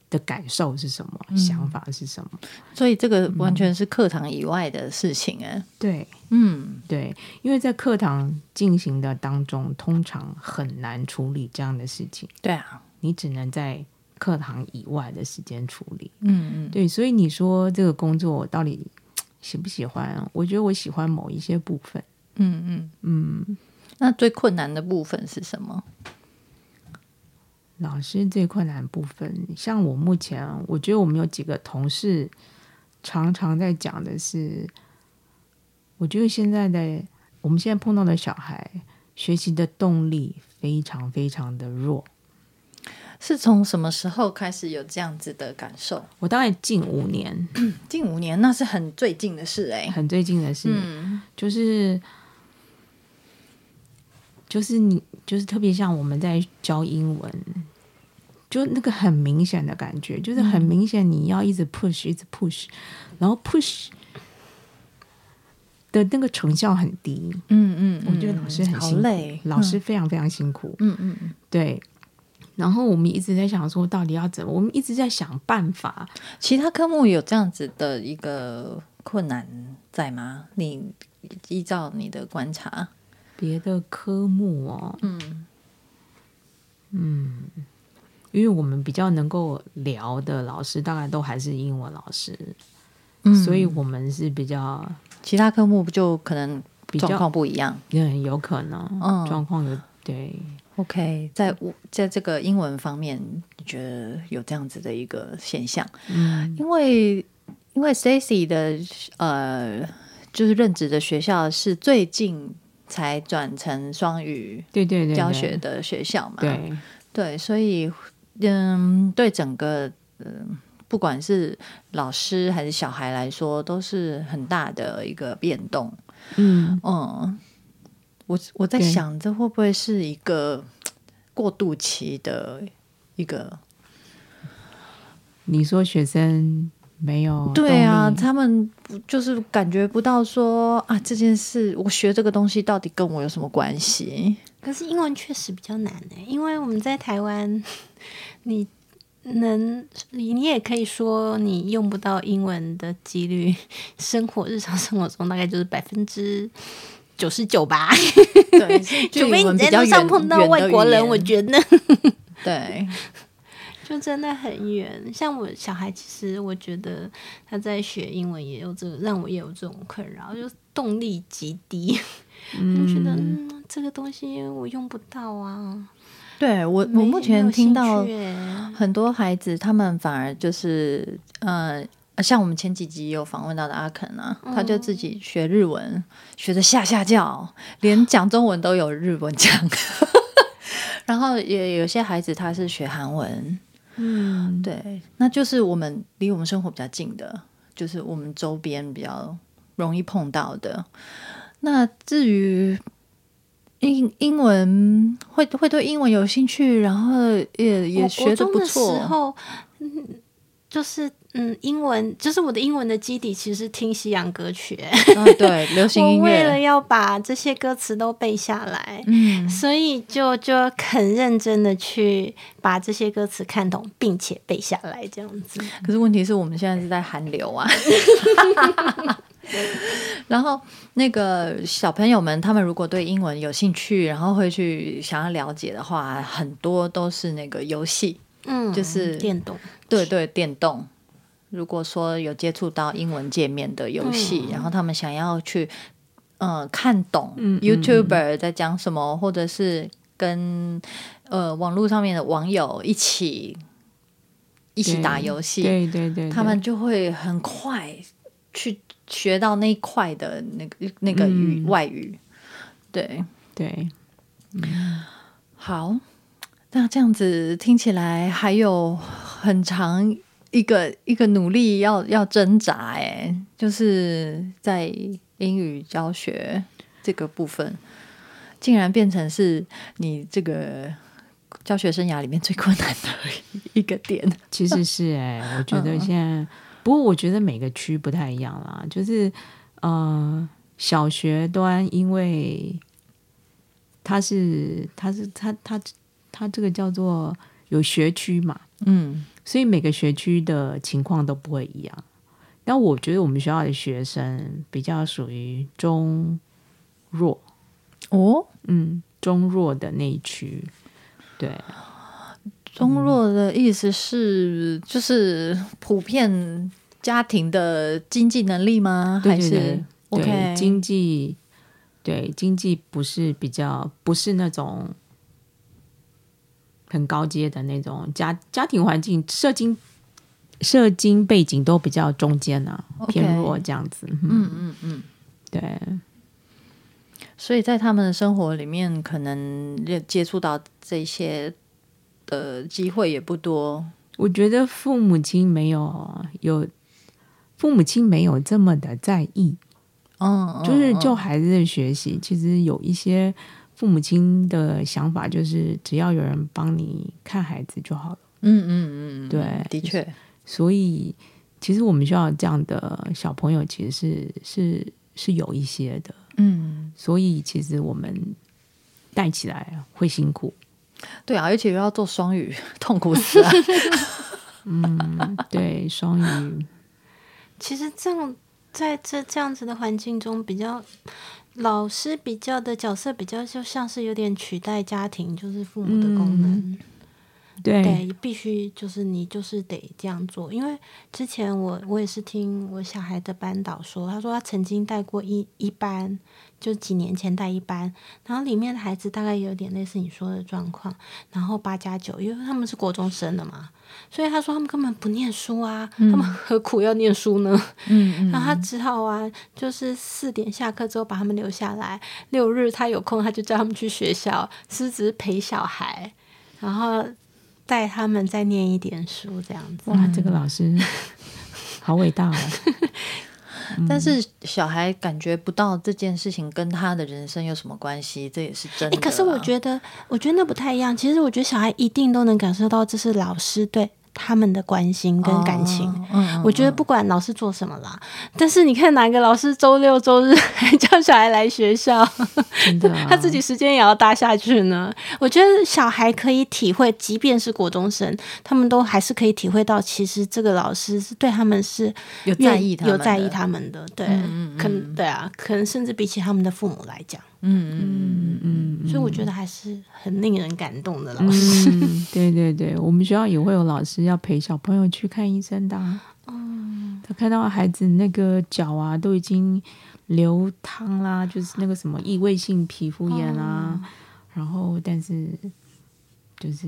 [SPEAKER 3] 的感受是什么，想法是什么。
[SPEAKER 2] 所以这个完全是课堂以外的事情哎、
[SPEAKER 3] 对，
[SPEAKER 2] 嗯，
[SPEAKER 3] 对，因为在课堂进行的当中，通常很难处理这样的事情，
[SPEAKER 2] 对啊，
[SPEAKER 3] 你只能在课堂以外的时间处理。
[SPEAKER 2] 嗯嗯，
[SPEAKER 3] 对，所以你说这个工作我到底喜不喜欢啊？我觉得我喜欢某一些部分。
[SPEAKER 2] 那最困难的部分是什么？
[SPEAKER 3] 老师最困难的部分，像我目前，啊我觉得我们有几个同事常常在讲的是，我觉得现在的我们现在碰到的小孩学习的动力非常非常的弱。
[SPEAKER 2] 是从什么时候开始有这样子的感受？
[SPEAKER 3] 我大概近五年，
[SPEAKER 2] 近五年那是很最近的事哎、
[SPEAKER 3] 很最近的事，
[SPEAKER 2] 嗯
[SPEAKER 3] 就是就是你就是特别像我们在教英文，就那个很明显的感觉，就是很明显你要一直 push，一直 push，然后 push 的那个成效很低，
[SPEAKER 2] 嗯嗯，
[SPEAKER 3] 我觉得老师很
[SPEAKER 2] 好
[SPEAKER 3] 辛苦
[SPEAKER 2] 累，
[SPEAKER 3] 老师非常非常辛苦，
[SPEAKER 2] 嗯嗯嗯，
[SPEAKER 3] 对。然后我们一直在想说，到底要怎么？我们一直在想办法，
[SPEAKER 2] 其他科目有这样子的一个困难在吗？你依照你的观察，
[SPEAKER 3] 别的科目哦，嗯
[SPEAKER 2] 嗯
[SPEAKER 3] 因为我们比较能够聊的老师，大概都还是英文老师，
[SPEAKER 2] 嗯
[SPEAKER 3] 所以我们是比较
[SPEAKER 2] 其他科目就可能
[SPEAKER 3] 比
[SPEAKER 2] 状
[SPEAKER 3] 较
[SPEAKER 2] 况不一样。
[SPEAKER 3] 嗯有可能、
[SPEAKER 2] 嗯
[SPEAKER 3] 状况有对
[SPEAKER 2] OK，在我在这个英文方面，你觉得有这样子的一个现象？嗯，因为因为 Stacy 的呃，就是任职的学校是最近才转成双语
[SPEAKER 3] 对对对对
[SPEAKER 2] 教学的学校嘛，
[SPEAKER 3] 对
[SPEAKER 2] 对，所以嗯，对整个嗯，不管是老师还是小孩来说，都是很大的一个变动。
[SPEAKER 3] 嗯
[SPEAKER 2] 嗯，我我在
[SPEAKER 3] 对
[SPEAKER 2] 想，这会不会是一个过渡期的一个
[SPEAKER 3] 你说学生没
[SPEAKER 1] 哦
[SPEAKER 3] 有
[SPEAKER 2] 对啊，
[SPEAKER 3] 动力
[SPEAKER 2] 他们不就是感觉不到说啊，这件事我学这个东西到底跟我有什么关 系？
[SPEAKER 1] 可是英文确实比较难诶、因为我们在台湾， 你能你也可以说你用不到英文的几率， 生活日常生活中大概就是百分之九十九 吧，
[SPEAKER 2] 对，是距
[SPEAKER 1] 除非
[SPEAKER 2] 离我们
[SPEAKER 1] 你在
[SPEAKER 2] 比较
[SPEAKER 1] 路上
[SPEAKER 2] 远
[SPEAKER 1] 碰到
[SPEAKER 2] 远的
[SPEAKER 1] 外国
[SPEAKER 2] 语
[SPEAKER 1] 人，
[SPEAKER 2] 言
[SPEAKER 1] 我觉得
[SPEAKER 2] 对，
[SPEAKER 1] 就真的很远。像我小孩，其实我觉得他在学英文也有这个，让我也有这种困扰，就是动力极低， 我就觉得嗯，这个东西我用不到啊。
[SPEAKER 2] 对我我
[SPEAKER 1] 没
[SPEAKER 2] 目
[SPEAKER 1] 没
[SPEAKER 2] 前
[SPEAKER 1] 有
[SPEAKER 2] 听
[SPEAKER 1] 兴
[SPEAKER 2] 到
[SPEAKER 1] 趣欸
[SPEAKER 2] 很多孩子，他们反而就是呃，像我们前几集有访问到的阿肯啊，
[SPEAKER 1] 嗯
[SPEAKER 2] 他就自己学日文，学的下下叫，连讲中文都有日文讲。 然后也有些孩子他是学韩文，
[SPEAKER 3] 嗯，
[SPEAKER 2] 对，那就是我们离我们生活比较近的，就是我们周边比较容易碰到的。那至于英英文，会会对英文有兴趣，然后也
[SPEAKER 1] 我
[SPEAKER 2] 也
[SPEAKER 1] 国
[SPEAKER 2] 学得
[SPEAKER 1] 中
[SPEAKER 2] 不
[SPEAKER 1] 的
[SPEAKER 2] 错。
[SPEAKER 1] 时候，嗯，就是嗯，英文就是我的英文的基底，其实是听西洋歌曲欸。
[SPEAKER 2] 啊，对，流行
[SPEAKER 1] 我
[SPEAKER 2] 音
[SPEAKER 1] 为了
[SPEAKER 2] 乐，
[SPEAKER 1] 要把这些歌词都背下来，
[SPEAKER 2] 嗯，
[SPEAKER 1] 所以就就很认真的去把这些歌词看懂，并且背下来，这样子。
[SPEAKER 2] 可是问题是我们现在是在韩流 啊。然后，那个小朋友们，他们如果对英文有兴趣，然后会去想要了解的话，很多都是那个游戏，
[SPEAKER 1] 嗯，
[SPEAKER 2] 就是
[SPEAKER 1] 电动。
[SPEAKER 2] 对对，电动。如果说有接触到英文界面的游戏，
[SPEAKER 3] 嗯
[SPEAKER 2] 然后他们想要去呃看懂
[SPEAKER 3] 嗯
[SPEAKER 2] YouTuber 在讲什么，或者是跟呃网络上面的网友一起一起
[SPEAKER 3] 对
[SPEAKER 2] 打游戏，
[SPEAKER 3] 对对对对，
[SPEAKER 2] 他们就会很快去学到那一块的那个那个语、
[SPEAKER 3] 嗯
[SPEAKER 2] 外语。对，
[SPEAKER 3] 对
[SPEAKER 2] 好，那这样子听起来还有很长一个一个努力要要挣扎哎、就是在英语教学这个部分，竟然变成是你这个教学生涯里面最困难的一个点。
[SPEAKER 3] 其实是哎、我觉得现在，不过我觉得每个区不太一样啦，就是呃，小学端因为它是它是它它它这个叫做有学区嘛，
[SPEAKER 2] 嗯
[SPEAKER 3] 所以每个学区的情况都不会一样。但我觉得我们学校的学生比较属于中弱，
[SPEAKER 2] 哦，
[SPEAKER 3] 嗯，中弱的那一区，对，
[SPEAKER 2] 中弱的意思是就是普遍家庭的经济能力吗？
[SPEAKER 3] 对对
[SPEAKER 2] 还是
[SPEAKER 3] 对
[SPEAKER 2] OK
[SPEAKER 3] 对经济，对经济不是比较不是那种很高阶的那种家家庭环境，社经社经背景都比较中间啊
[SPEAKER 2] OK
[SPEAKER 3] 偏弱这样子。嗯嗯嗯，对。
[SPEAKER 2] 所以在他们的生活里面，可能接接触到这些的机会也不多。
[SPEAKER 3] 我觉得父母亲没有有父母亲没有这么的在意，
[SPEAKER 2] 嗯，
[SPEAKER 3] 就是
[SPEAKER 2] 嗯
[SPEAKER 3] 就孩子的学习，其实有一些父母亲的想法就是只要有人帮你看孩子就好了。
[SPEAKER 2] 嗯嗯嗯，嗯
[SPEAKER 3] 对
[SPEAKER 2] 的确，
[SPEAKER 3] 所以其实我们学校这样的小朋友其实是是是有一些的，
[SPEAKER 2] 嗯，
[SPEAKER 3] 所以其实我们带起来会辛苦。
[SPEAKER 2] 对啊，而且又要做双语，痛苦啊死了。
[SPEAKER 3] 对，双语
[SPEAKER 1] 其实这种在这这样子的环境中，比较老师比较的角色比较就像是有点取代家庭，就是父母的功
[SPEAKER 2] 嗯
[SPEAKER 1] 能。
[SPEAKER 3] 对
[SPEAKER 1] 对，必须就是你就是得这样做，因为之前我我也是听我小孩的班导说，他说他曾经带过一一班，就几年前带一班，然后里面的孩子大概有点类似你说的状况，然后八加九，因为他们是国中生的嘛，所以他说他们根本不念书啊，他们何苦要念书呢？
[SPEAKER 2] 嗯
[SPEAKER 1] 然后他只好啊，就是四点下课之后把他们留下来，六日他有空他就叫他们去学校，是只是陪小孩，然后带他们再念一点书这样子。
[SPEAKER 3] 哇，这个老师嗯好伟大哦！
[SPEAKER 2] 嗯，但是小孩感觉不到这件事情跟他的人生有什么关系，这也是真
[SPEAKER 1] 哎、
[SPEAKER 2] 的啊。
[SPEAKER 1] 可是我觉得，我觉得那不太一样。其实我觉得小孩一定都能感受到，这是老师对他们的关心跟感情。
[SPEAKER 2] 哦嗯
[SPEAKER 1] 我觉得不管老师做什么啦，但是你看哪个老师周六周日还叫小孩来学校，
[SPEAKER 3] 真的啊
[SPEAKER 1] 他自己时间也要搭下去呢？我觉得小孩可以体会，即便是国中生，他们都还是可以体会到，其实这个老师是对他们是
[SPEAKER 2] 有在意他们
[SPEAKER 1] 有
[SPEAKER 2] 的
[SPEAKER 1] 在意他们的，对，可能对啊，可能甚至比起他们的父母来讲，
[SPEAKER 2] 嗯嗯嗯
[SPEAKER 1] 所以我觉得还是很令人感动的老师。
[SPEAKER 3] 嗯，对对对，我们学校也会有老师要陪小朋友去看医生的、啊。嗯，他看到孩子那个脚啊都已经流汤啦，就是那个什么异位性皮肤炎
[SPEAKER 2] 哦
[SPEAKER 3] 啊，然后但是就是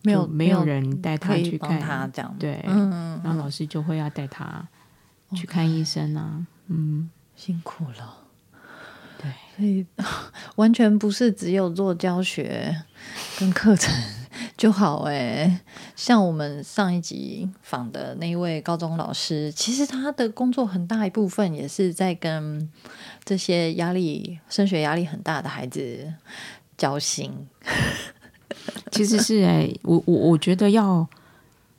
[SPEAKER 2] 没有
[SPEAKER 3] 就没有人带他
[SPEAKER 2] 可以
[SPEAKER 3] 去
[SPEAKER 2] 帮
[SPEAKER 3] 看
[SPEAKER 2] 他这样，
[SPEAKER 3] 对，
[SPEAKER 2] 嗯嗯
[SPEAKER 3] 然后老师就会要带他去看医生啊。嗯，
[SPEAKER 2] 辛苦了。
[SPEAKER 3] 对，
[SPEAKER 2] 所以 完全不是只有做教学跟课程就好哎、像我们上一集访的那一位高中老师，其实他的工作很大一部分也是在跟这些压力、升学压力很大的孩子交心。
[SPEAKER 3] 其实是哎、我我我觉得要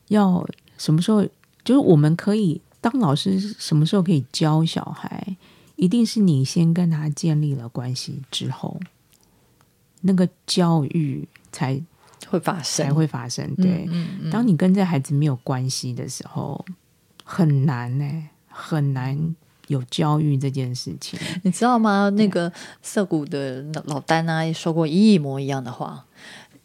[SPEAKER 3] 要什么时候，就是我们可以当老师，什么时候可以教小孩，一定是你先跟他建立了关系之后，那个教育才
[SPEAKER 2] 会发生
[SPEAKER 3] 才，会发生。对，当你跟这孩子没有关系的时候，很难呢、很难有教育这件事情。
[SPEAKER 2] 你知道吗？那个涩谷的老丹啊，也说过一模一样的话。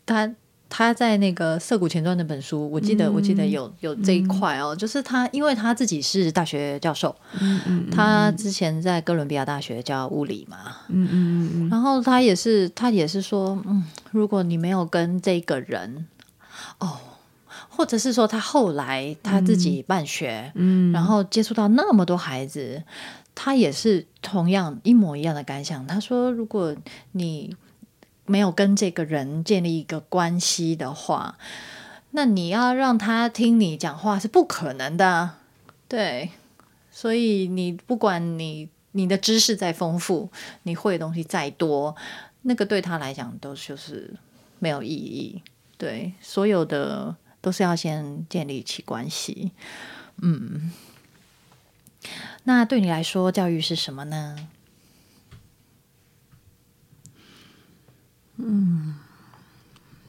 [SPEAKER 2] 他他在那个涩谷前传那本书，我记得、我记
[SPEAKER 3] 嗯
[SPEAKER 2] 得有有这一块哦，就是他因为他自己是大学教授，
[SPEAKER 3] 嗯
[SPEAKER 2] 他之前在哥伦比亚大学教物理嘛，
[SPEAKER 3] 嗯嗯嗯嗯，
[SPEAKER 2] 然后他也是，他也是说，嗯，如果你没有跟这个人，哦，或者是说他后来他自己办学，嗯，然后接触到那么多孩子，他也是同样一模一样的感想。他说，如果你没有跟这个人建立一个关系的话，那你要让他听你讲话是不可能的啊，对。所以你不管你你的知识再丰富，你会的东西再多，那个对他来讲都就是没有意义。对，所有的都是要先建立起关系。嗯，那对你来说，教育是什么呢？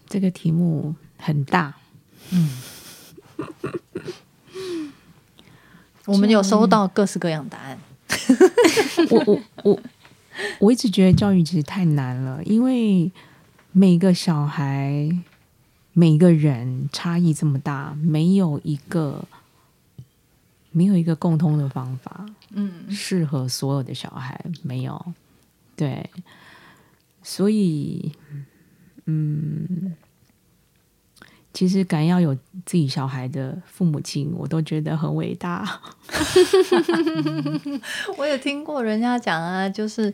[SPEAKER 3] 这个题目很大。
[SPEAKER 2] 我们有收到各式各样的答案。
[SPEAKER 3] 我我我我一直觉得教育其实太难了，因为每个小孩、每个人差异这么大，没有一个没有一个共通的方法，
[SPEAKER 2] 嗯
[SPEAKER 3] 适合所有的小孩，没有。对，所以，嗯，其实敢要有自己小孩的父母亲，我都觉得很伟大。
[SPEAKER 2] 我有听过人家讲啊，就是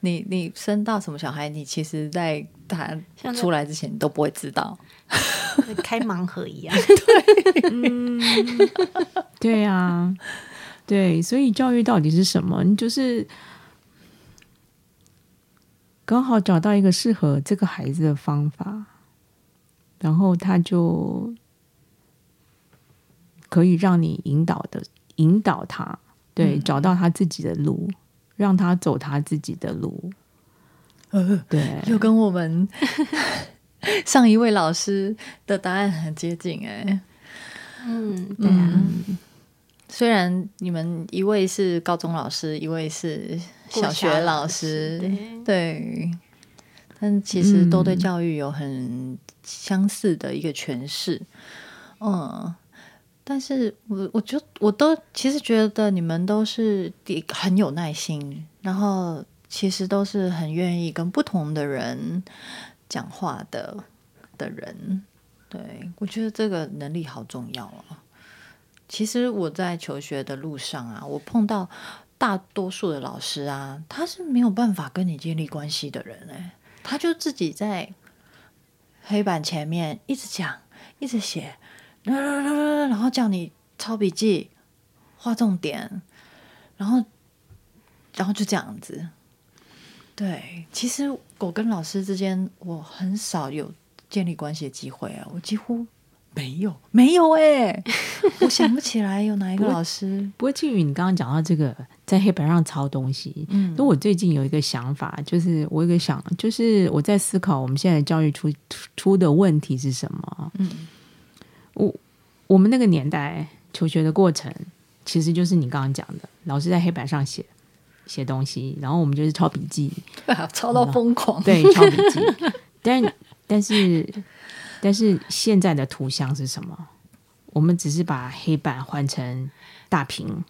[SPEAKER 2] 你你生到什么小孩，你其实在他
[SPEAKER 1] 像在
[SPEAKER 2] 出来之前你都不会知道。
[SPEAKER 1] 开盲盒一样，
[SPEAKER 3] 对啊，对，所以教育到底是什么？你就是刚好找到一个适合这个孩子的方法，然后他就可以让你引导的引导他，对，找到他自己的路，让他走他自己的路。对，
[SPEAKER 2] 又跟我 们上一位老师的答案很接近哎、
[SPEAKER 1] 嗯，对啊，
[SPEAKER 2] 虽然你们一位是高中老师，一位是小学老师，
[SPEAKER 1] 国小老师对
[SPEAKER 2] 对，但其实都对教育有很相似的一个诠释。嗯，但是我我就我都其实觉得你们都是第很有耐心，然后其实都是很愿意跟不同的人讲话的的人。对，我觉得这个能力好重要啊。其实我在求学的路上啊，我碰到大多数的老师啊，他是没有办法跟你建立关系的人哎、他就自己在黑板前面一直讲，一直写，然后叫你抄笔记、画重点，然后然后就这样子。对，其实我跟老师之间，我很少有建立关系的机会啊，我几乎没有，没有哎、 我想不起来有哪一个老师。
[SPEAKER 3] 不过靖宇，你刚刚讲到这个在黑板上抄东西，
[SPEAKER 2] 嗯
[SPEAKER 3] 那我最近有一个想法，就是我有一个想，就是我在思考我们现在的教育出出出的问题是什么。
[SPEAKER 2] 嗯，
[SPEAKER 3] 我我们那个年代求学的过程，其实就是你刚刚讲的，老师在黑板上写写东西，然后我们就是抄笔记，
[SPEAKER 2] 抄啊到疯狂。
[SPEAKER 3] 对，抄笔记。但但是但是现在的图像是什么？我们只是把黑板换成大屏，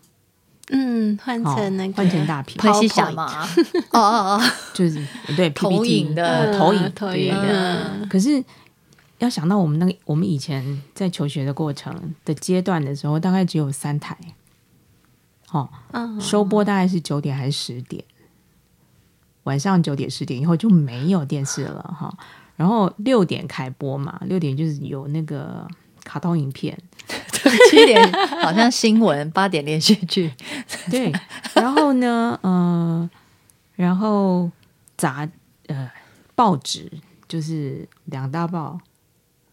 [SPEAKER 1] 嗯，换
[SPEAKER 3] 哦
[SPEAKER 1] 成那个
[SPEAKER 3] 换成大屏，
[SPEAKER 2] 喷西下嘛？ 哦哦哦，
[SPEAKER 3] 就是对 PPT,
[SPEAKER 2] 投影的
[SPEAKER 3] 呃
[SPEAKER 1] 嗯
[SPEAKER 3] 投影
[SPEAKER 1] 投
[SPEAKER 3] 对
[SPEAKER 1] 影嗯
[SPEAKER 3] 对
[SPEAKER 1] 的，
[SPEAKER 3] 可是要想到我们那个我们以前在求学的过程的阶段的时候，大概只有三台，哦，
[SPEAKER 1] 嗯，
[SPEAKER 3] 收播大概是九点还是十点，晚上九点十点以后就没有电视了哈、然后六点开播嘛，六点就是有那个卡通影片，
[SPEAKER 2] 七点好像新闻，八点连续剧。
[SPEAKER 3] 对，然后呢，呃，然后杂呃报纸就是两大报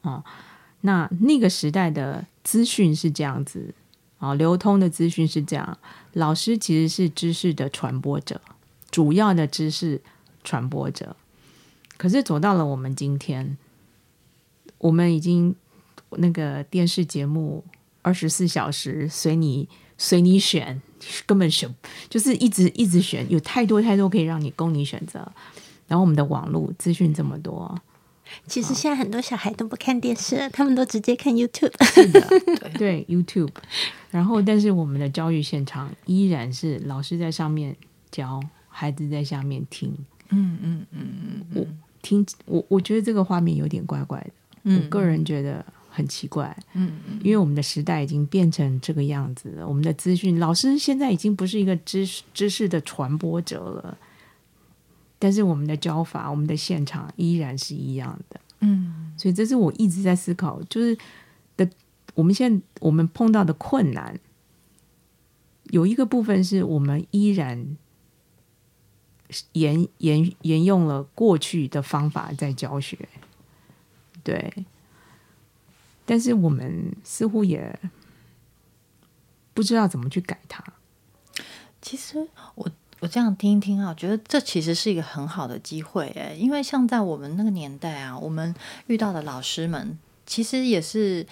[SPEAKER 3] 哦。那那个时代的资讯是这样子啊、哦，流通的资讯是这样，老师其实是知识的传播者，主要的知识传播者。可是走到了我们今天，我们已经那个电视节目二十四小时随你随你选，根本选就是一直一直选，有太多太多可以让你供你选择。然后我们的网络资讯这么多，
[SPEAKER 1] 其实现在很多小孩都不看电视了，他们都直接看 YouTube。
[SPEAKER 3] 对 YouTube，然后但是我们的教育现场依然是老师在上面教，孩子在下面听
[SPEAKER 2] 嗯嗯嗯
[SPEAKER 3] 听。我我觉得这个画面有点怪怪的，我个人觉得很奇怪。
[SPEAKER 2] 嗯嗯
[SPEAKER 3] 因为我们的时代已经变成这个样子了，我们的资讯老师现在已经不是一个知识知识的传播者了，但是我们的教法、我们的现场依然是一样的，
[SPEAKER 2] 嗯
[SPEAKER 3] 所以这是我一直在思考，就是的，我们现在我们碰到的困难，有一个部分是我们依然沿沿沿用了过去的方法在教学，对，但是我们似乎也不知道怎么去改它。
[SPEAKER 2] 其实我我这样听一听啊，我觉得这其实是一个很好的机会哎，因为像在我们那个年代啊，我们遇到的老师们其实也是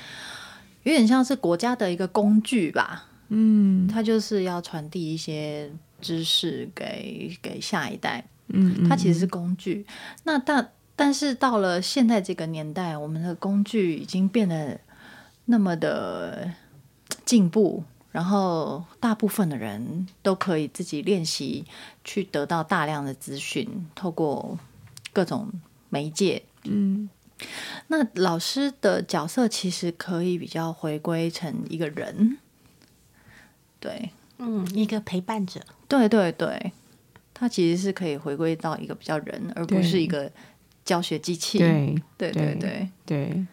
[SPEAKER 2] 有点像是国家的一个工具吧，
[SPEAKER 3] 嗯
[SPEAKER 2] 它就是要传递一些知识给给下一代，
[SPEAKER 3] 嗯
[SPEAKER 2] 它其实是工具。那但但是到了现在这个年代，我们的工具已经变得那么的进步，然后大部分的人都可以自己练习，去得到大量的资讯，透过各种媒介。
[SPEAKER 3] 嗯
[SPEAKER 2] 那老师的角色其实可以比较回归成一个人，对，
[SPEAKER 1] 嗯，一个陪伴者。
[SPEAKER 2] 对对对，它其实是可以回归到一个比较人，而不
[SPEAKER 3] 对
[SPEAKER 2] 是一个教学机器。
[SPEAKER 3] 对
[SPEAKER 2] 对对
[SPEAKER 3] 对
[SPEAKER 2] 对
[SPEAKER 3] 对，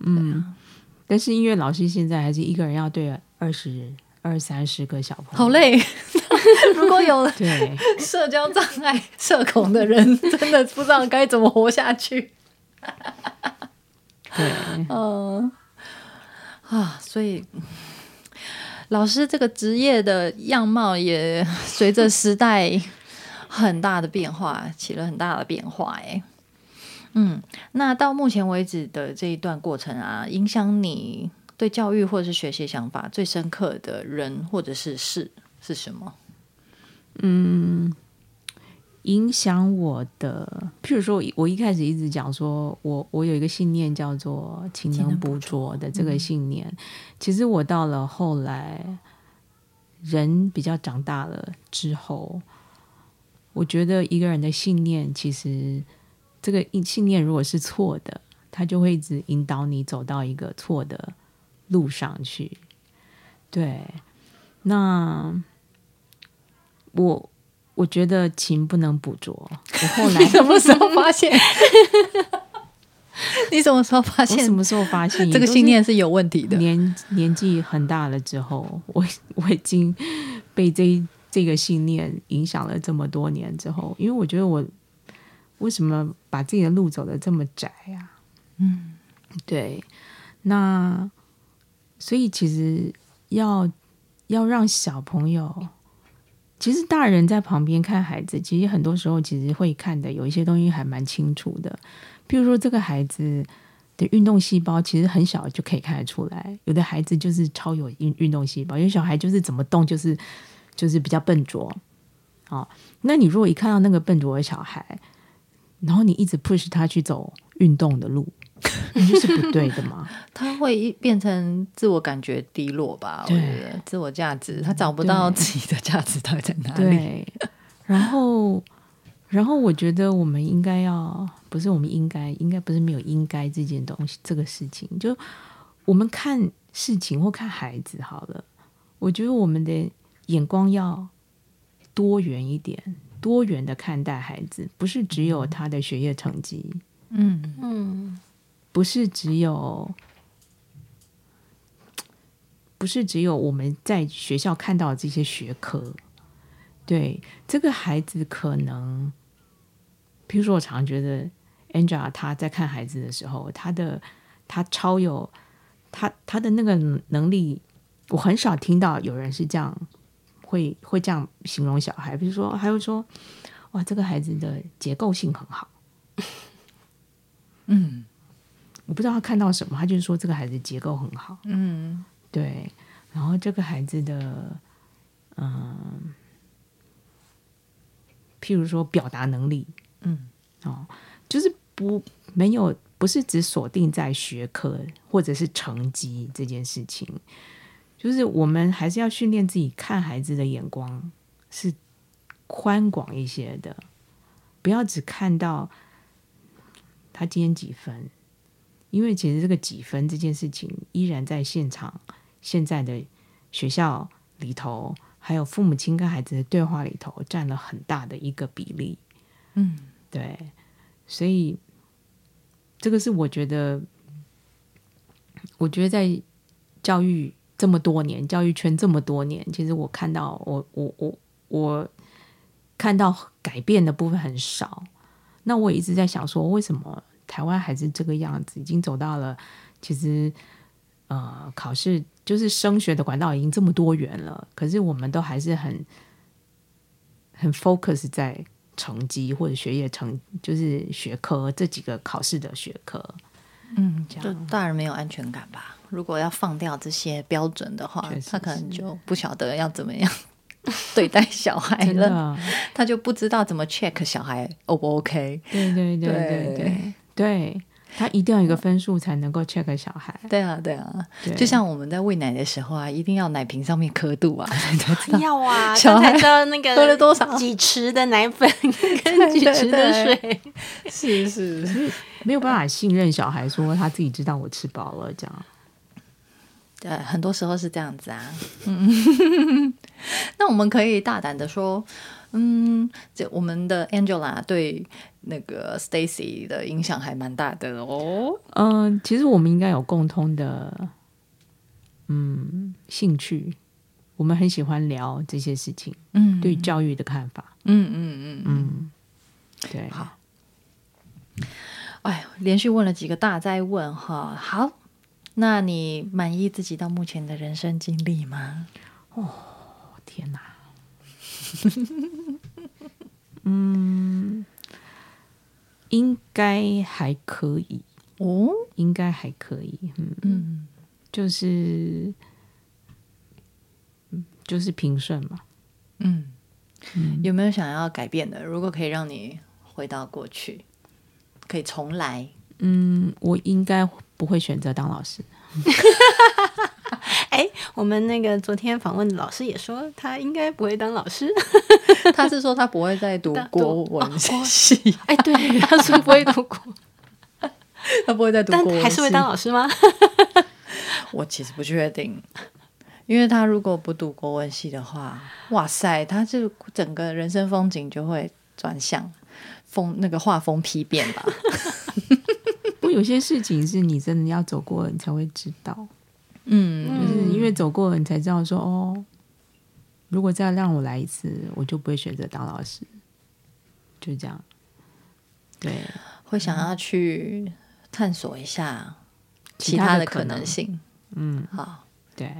[SPEAKER 3] 嗯，但是音乐老师现在还是一个人要对二十二三十个小朋友，
[SPEAKER 2] 好。累。 如果有
[SPEAKER 3] 对，
[SPEAKER 2] 社交障碍、社恐的人，真的不知道该怎么活下去。
[SPEAKER 3] 对，
[SPEAKER 2] 嗯、啊，所以老师这个职业的样貌也随着时代很大的变化，起了很大的变化。哎，嗯，那到目前为止的这一段过程啊，影响你对教育或者是学习想法最深刻的人或者是事是什么？
[SPEAKER 3] 影响我的，譬如说，我一开始一直讲说，我我有一个信念叫做“勤能补拙”的这个信念，其实我到了后来，人比较长大了之后，我觉得一个人的信念，其实这个一信念如果是错的，它就会一直引导你走到一个错的路上去。对，那我我觉得情不能捕捉。我后 来
[SPEAKER 2] 什么时候发现？ 你什么时候发
[SPEAKER 3] 我什
[SPEAKER 2] 现
[SPEAKER 3] 么时候发现
[SPEAKER 2] 这
[SPEAKER 3] 都
[SPEAKER 2] 个
[SPEAKER 3] 是
[SPEAKER 2] 信念是有问题的？
[SPEAKER 3] 年年纪很大了之后，我 我已经被这一这个信念影响了这么多年之后，因为我觉得我为什么把自己的路走得这么窄啊？嗯，对。那所以其实要要让小朋友，其实大人在旁边看孩子，其实很多时候其实会看的有一些东西还蛮清楚的，譬如说这个孩子。的运动细胞其实很小就可以看得出来，有的孩子就是超有运运动细胞，有的小孩就是怎么动就是就是比较笨拙。哦，那你如果一看到那个笨拙的小孩，然后你一直 push 他去走运动的路， 你就是不对的嘛。
[SPEAKER 2] 他会一变成自我感觉低落吧？我
[SPEAKER 3] 对
[SPEAKER 2] 觉得自我价值，他找不到
[SPEAKER 3] 对
[SPEAKER 2] 自己的价值到底在哪里。
[SPEAKER 3] 对，然后，然后我觉得我们应该要，不是我们应该，应该不是没有应该这件东西，这个事情，就我们看事情或看孩子好了，我觉得我们的眼光要多元一点，多元的看待孩子，不是只有他的学业成绩，
[SPEAKER 2] 嗯，
[SPEAKER 1] 嗯
[SPEAKER 3] 不是只有，不是只有我们在学校看到的这些学科。对这个孩子，可能，譬如说，我常常觉得 Angela 她在看孩子的时候，她的她超有她她的那个能力，我很少听到有人是这样会会这样形容小孩，比如说还会说，哇，这个孩子的结构性很好。我不知道他看到什么，他就是说这个孩子结构很好，嗯，对，然后这个孩子的，嗯、譬如说表达能力，嗯，哦，就是不没有不是只锁定在学科或者是成绩这件事情，就是我们还是要训练自己看孩子的眼光是宽广一些的，不要只看到他今天几分。因为其实这个几分这件事情依然在现场现在的学校里头，还有父母亲跟孩子的对话里头占了很大的一个比例。嗯，对，所以这个是我觉得，我觉得在教育这么多年，教育圈这么多年，其实我看到我我我我看到改变的部分很少。那我也一直在想说，为什么台湾还是这个样子，已经走到了其实呃考试就是升学的管道已经这么多元了，可是我们都还是很很 focus 在成绩或者学业成就是学科这几个考试的学科，嗯，这
[SPEAKER 2] 就
[SPEAKER 3] 样
[SPEAKER 2] 大人没有安全感吧？如果要放掉这些标准的话
[SPEAKER 3] 确，实
[SPEAKER 2] 他可能就不晓得要怎么样 对待小孩
[SPEAKER 3] 真
[SPEAKER 2] 哎了，
[SPEAKER 3] 的，
[SPEAKER 2] 他就不知道怎么 check 小孩 O 不 OK。
[SPEAKER 3] 对对对对对对，他一定要有一个分数才能够 check 小孩，
[SPEAKER 2] 对啊，对啊，
[SPEAKER 3] 对
[SPEAKER 2] 就像我们在喂奶的时候啊，一定要奶瓶上面刻度啊，你才
[SPEAKER 3] 哎
[SPEAKER 2] 知道
[SPEAKER 1] 要啊，
[SPEAKER 2] 小
[SPEAKER 1] 他
[SPEAKER 2] 孩
[SPEAKER 1] 才知道那个
[SPEAKER 2] 喝了多少
[SPEAKER 1] 几匙的奶 粉 跟几匙的
[SPEAKER 2] 对对
[SPEAKER 1] 水。
[SPEAKER 2] 是是，
[SPEAKER 3] 没有办法信任小孩说他自己知道我吃饱了这样。
[SPEAKER 2] 对，很多时候是这样子啊。嗯， 那我们可以大胆的说，嗯，这我们的 Angela 对那个 Stacy 的影响还蛮大的哦。
[SPEAKER 3] 嗯，其实我们应该有共通的，嗯，兴趣。我们很喜欢聊这些事情，
[SPEAKER 2] 嗯，
[SPEAKER 3] 对教育的看法。
[SPEAKER 2] 嗯嗯嗯，
[SPEAKER 3] 嗯，对，
[SPEAKER 2] 好哎呦，连续问了几个大灾问哈。好，那你满意自己到目前的人生经历吗？
[SPEAKER 3] 哦天 哪，嗯，嗯应该还可以，
[SPEAKER 2] 哦，
[SPEAKER 3] 应该还可以。嗯，
[SPEAKER 2] 嗯
[SPEAKER 3] 就是，嗯就是平顺嘛。
[SPEAKER 2] 嗯，有没有想要改变的？如果可以让你回到过去，可以重来。
[SPEAKER 3] 嗯，我应该不会选择当老师。
[SPEAKER 1] 哎，我们那个昨天访问的老师也说，他应该不会当老师。
[SPEAKER 2] 他是说他不会 再读国文系，
[SPEAKER 1] 哎，对，他说不会读国，
[SPEAKER 2] 他不会再读
[SPEAKER 1] 但
[SPEAKER 2] 国文系，
[SPEAKER 1] 还是会当老师吗？
[SPEAKER 2] 我其实不确定，因为他如果不读国文系的话，哇塞，他就整个人生风景就会转向风那个画风批变吧。
[SPEAKER 3] 不过有些事情是你真的要走过，你才会知道，
[SPEAKER 2] 嗯，
[SPEAKER 3] 就是因为走过，你才知道说哦，如果再让我来一次，我就不会选择当老师，就这样。对，
[SPEAKER 2] 会想要去探索一下其
[SPEAKER 3] 他
[SPEAKER 2] 他
[SPEAKER 3] 的
[SPEAKER 2] 的
[SPEAKER 3] 可
[SPEAKER 2] 可能
[SPEAKER 3] 能
[SPEAKER 2] 性，
[SPEAKER 3] 嗯，
[SPEAKER 2] 好，
[SPEAKER 3] 对，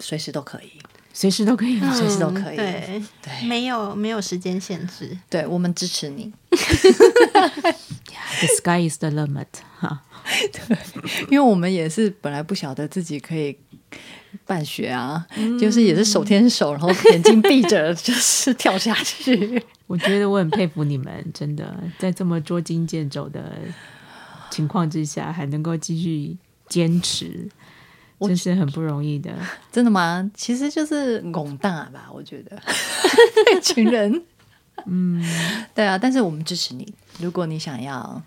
[SPEAKER 2] 随时都可以。
[SPEAKER 3] 随时都可以吗？
[SPEAKER 2] 随时都
[SPEAKER 1] 嗯
[SPEAKER 2] 可以
[SPEAKER 1] 对，
[SPEAKER 2] 对
[SPEAKER 1] 没有没有时间限制。
[SPEAKER 2] 对我们支持你，
[SPEAKER 3] The sky is the limit 哈，
[SPEAKER 2] 因为我们也是本来不晓得自己可以办学啊，就是也是手牵手，然后眼睛闭着 就是跳下去。
[SPEAKER 3] 我觉得我很佩服你们，真的在这么捉襟见肘的情况之下，还能够继续坚持，真是很不容易的。
[SPEAKER 2] 真的吗？其实就是拱大吧，我觉 得那群人，嗯，对啊。但是我们支持你，如果你想要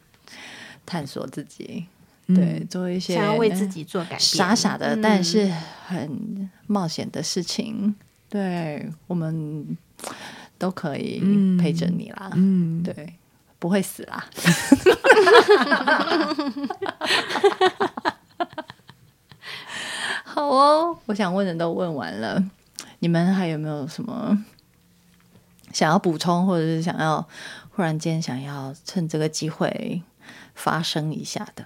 [SPEAKER 2] 探索自己，对，做一些
[SPEAKER 1] 嗯想要为自己做改变，嗯
[SPEAKER 2] 傻傻的，但是很冒险的事情，对我们都可以陪着你啦。
[SPEAKER 3] 嗯，
[SPEAKER 2] 对，不会死啦。 好哦，我想问的都问完了，你们还有没有什么想要补充，或者是想要忽然间想要趁这个机会发声一下 的？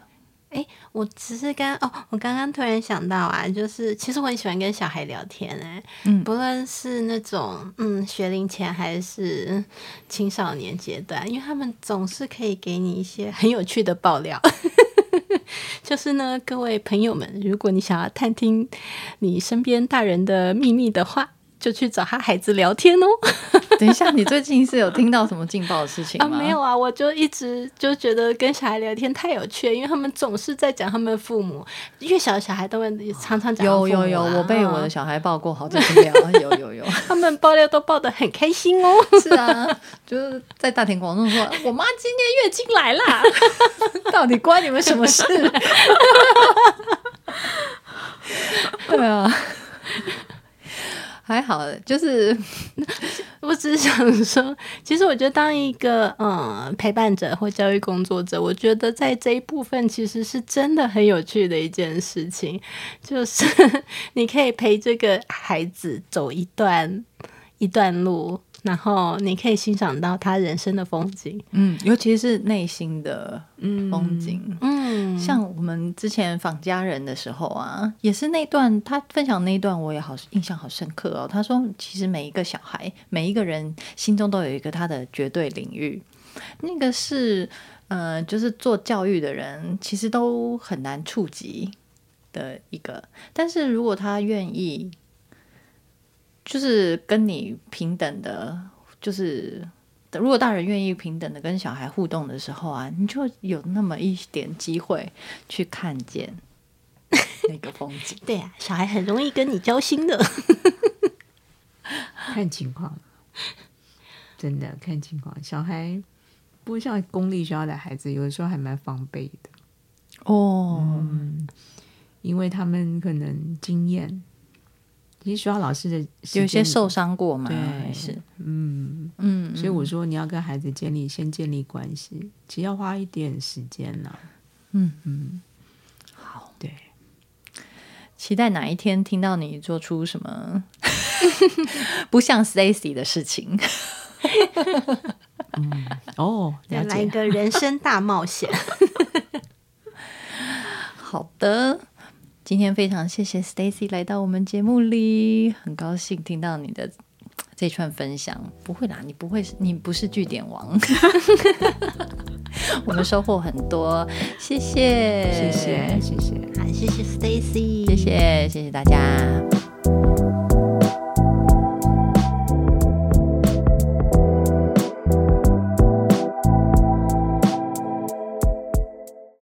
[SPEAKER 1] 哎、我只是刚哦，我刚刚突然想到啊，就是其实我很喜欢跟小孩聊天哎、
[SPEAKER 2] 嗯
[SPEAKER 1] 不论是那种嗯学龄前还是青少年阶段，因为他们总是可以给你一些很有趣的爆料。 就是呢，各位朋友们，如果你想要探听你身边大人的秘密的话，就去找他孩子聊天哦。
[SPEAKER 2] 等一下，你最近是有听到什么劲爆的事情吗？
[SPEAKER 1] 啊，没有啊，我就一直就觉得跟小孩聊天太有趣了，因为他们总是在讲他们父母，越小的小孩都会常常讲他
[SPEAKER 2] 有
[SPEAKER 1] 父母啊、
[SPEAKER 2] 有有，我被我的
[SPEAKER 1] 嗯
[SPEAKER 2] 小孩爆过好几次料，有 有有，
[SPEAKER 1] 他们爆料都爆得很开心哦。
[SPEAKER 2] 是啊，就是在大庭广众说， 我妈今天月经来啦， 到底关你们什么 事？对啊，还好，就是
[SPEAKER 1] 我只是想说，其实我觉得当一个嗯陪伴者或教育工作者，我觉得在这一部分其实是真的很有趣的一件事情，就是 你可以陪这个孩子走一段一段路，然后你可以欣赏到他人生的风景。
[SPEAKER 2] 嗯，尤其是内心的风景。
[SPEAKER 1] 嗯，
[SPEAKER 2] 像我们之前访家人的时候啊，也是那段他分享那一段，我也好印象好深刻哦。他说，其实每一个小孩，每一个人心中都有一个他的绝对领域，那个是呃，就是做教育的人其实都很难触及的一个。但是如果他愿意，就是跟你平等的，就是如果大人愿意平等的跟小孩互动的时候啊，你就有那么一点机会去看见那个风景。
[SPEAKER 1] 对啊，小孩很容易跟你交心的。
[SPEAKER 3] 看情况， 真的看情况。小孩不过像公立学校的孩子，有的时候还蛮防备的，嗯
[SPEAKER 2] 哦，
[SPEAKER 3] 因为他们可能经验，其实学校老师的时间
[SPEAKER 2] 有一些受伤过嘛，
[SPEAKER 3] 对
[SPEAKER 2] 还是
[SPEAKER 3] 嗯，
[SPEAKER 2] 嗯，
[SPEAKER 3] 所以我说你要跟孩子建立先建立关系，其实要花一点时间呢、
[SPEAKER 2] 好，
[SPEAKER 3] 对，
[SPEAKER 2] 期待哪一天听到你做出什 么不像 Stacy 的事情。
[SPEAKER 3] 哦，
[SPEAKER 1] 再
[SPEAKER 3] 了
[SPEAKER 1] 来一
[SPEAKER 3] 解。
[SPEAKER 1] 个人生大冒险。
[SPEAKER 2] 好的，今天非常谢谢 Stacy 来到我们节目里，很高兴听到你的这串分享。不会啦，你不会，你不是据点王。 我们收获很多，谢
[SPEAKER 3] 谢
[SPEAKER 2] 谢，
[SPEAKER 3] 谢，谢谢。
[SPEAKER 1] 好，谢谢 Stacy，
[SPEAKER 2] 谢谢，谢谢大家，拜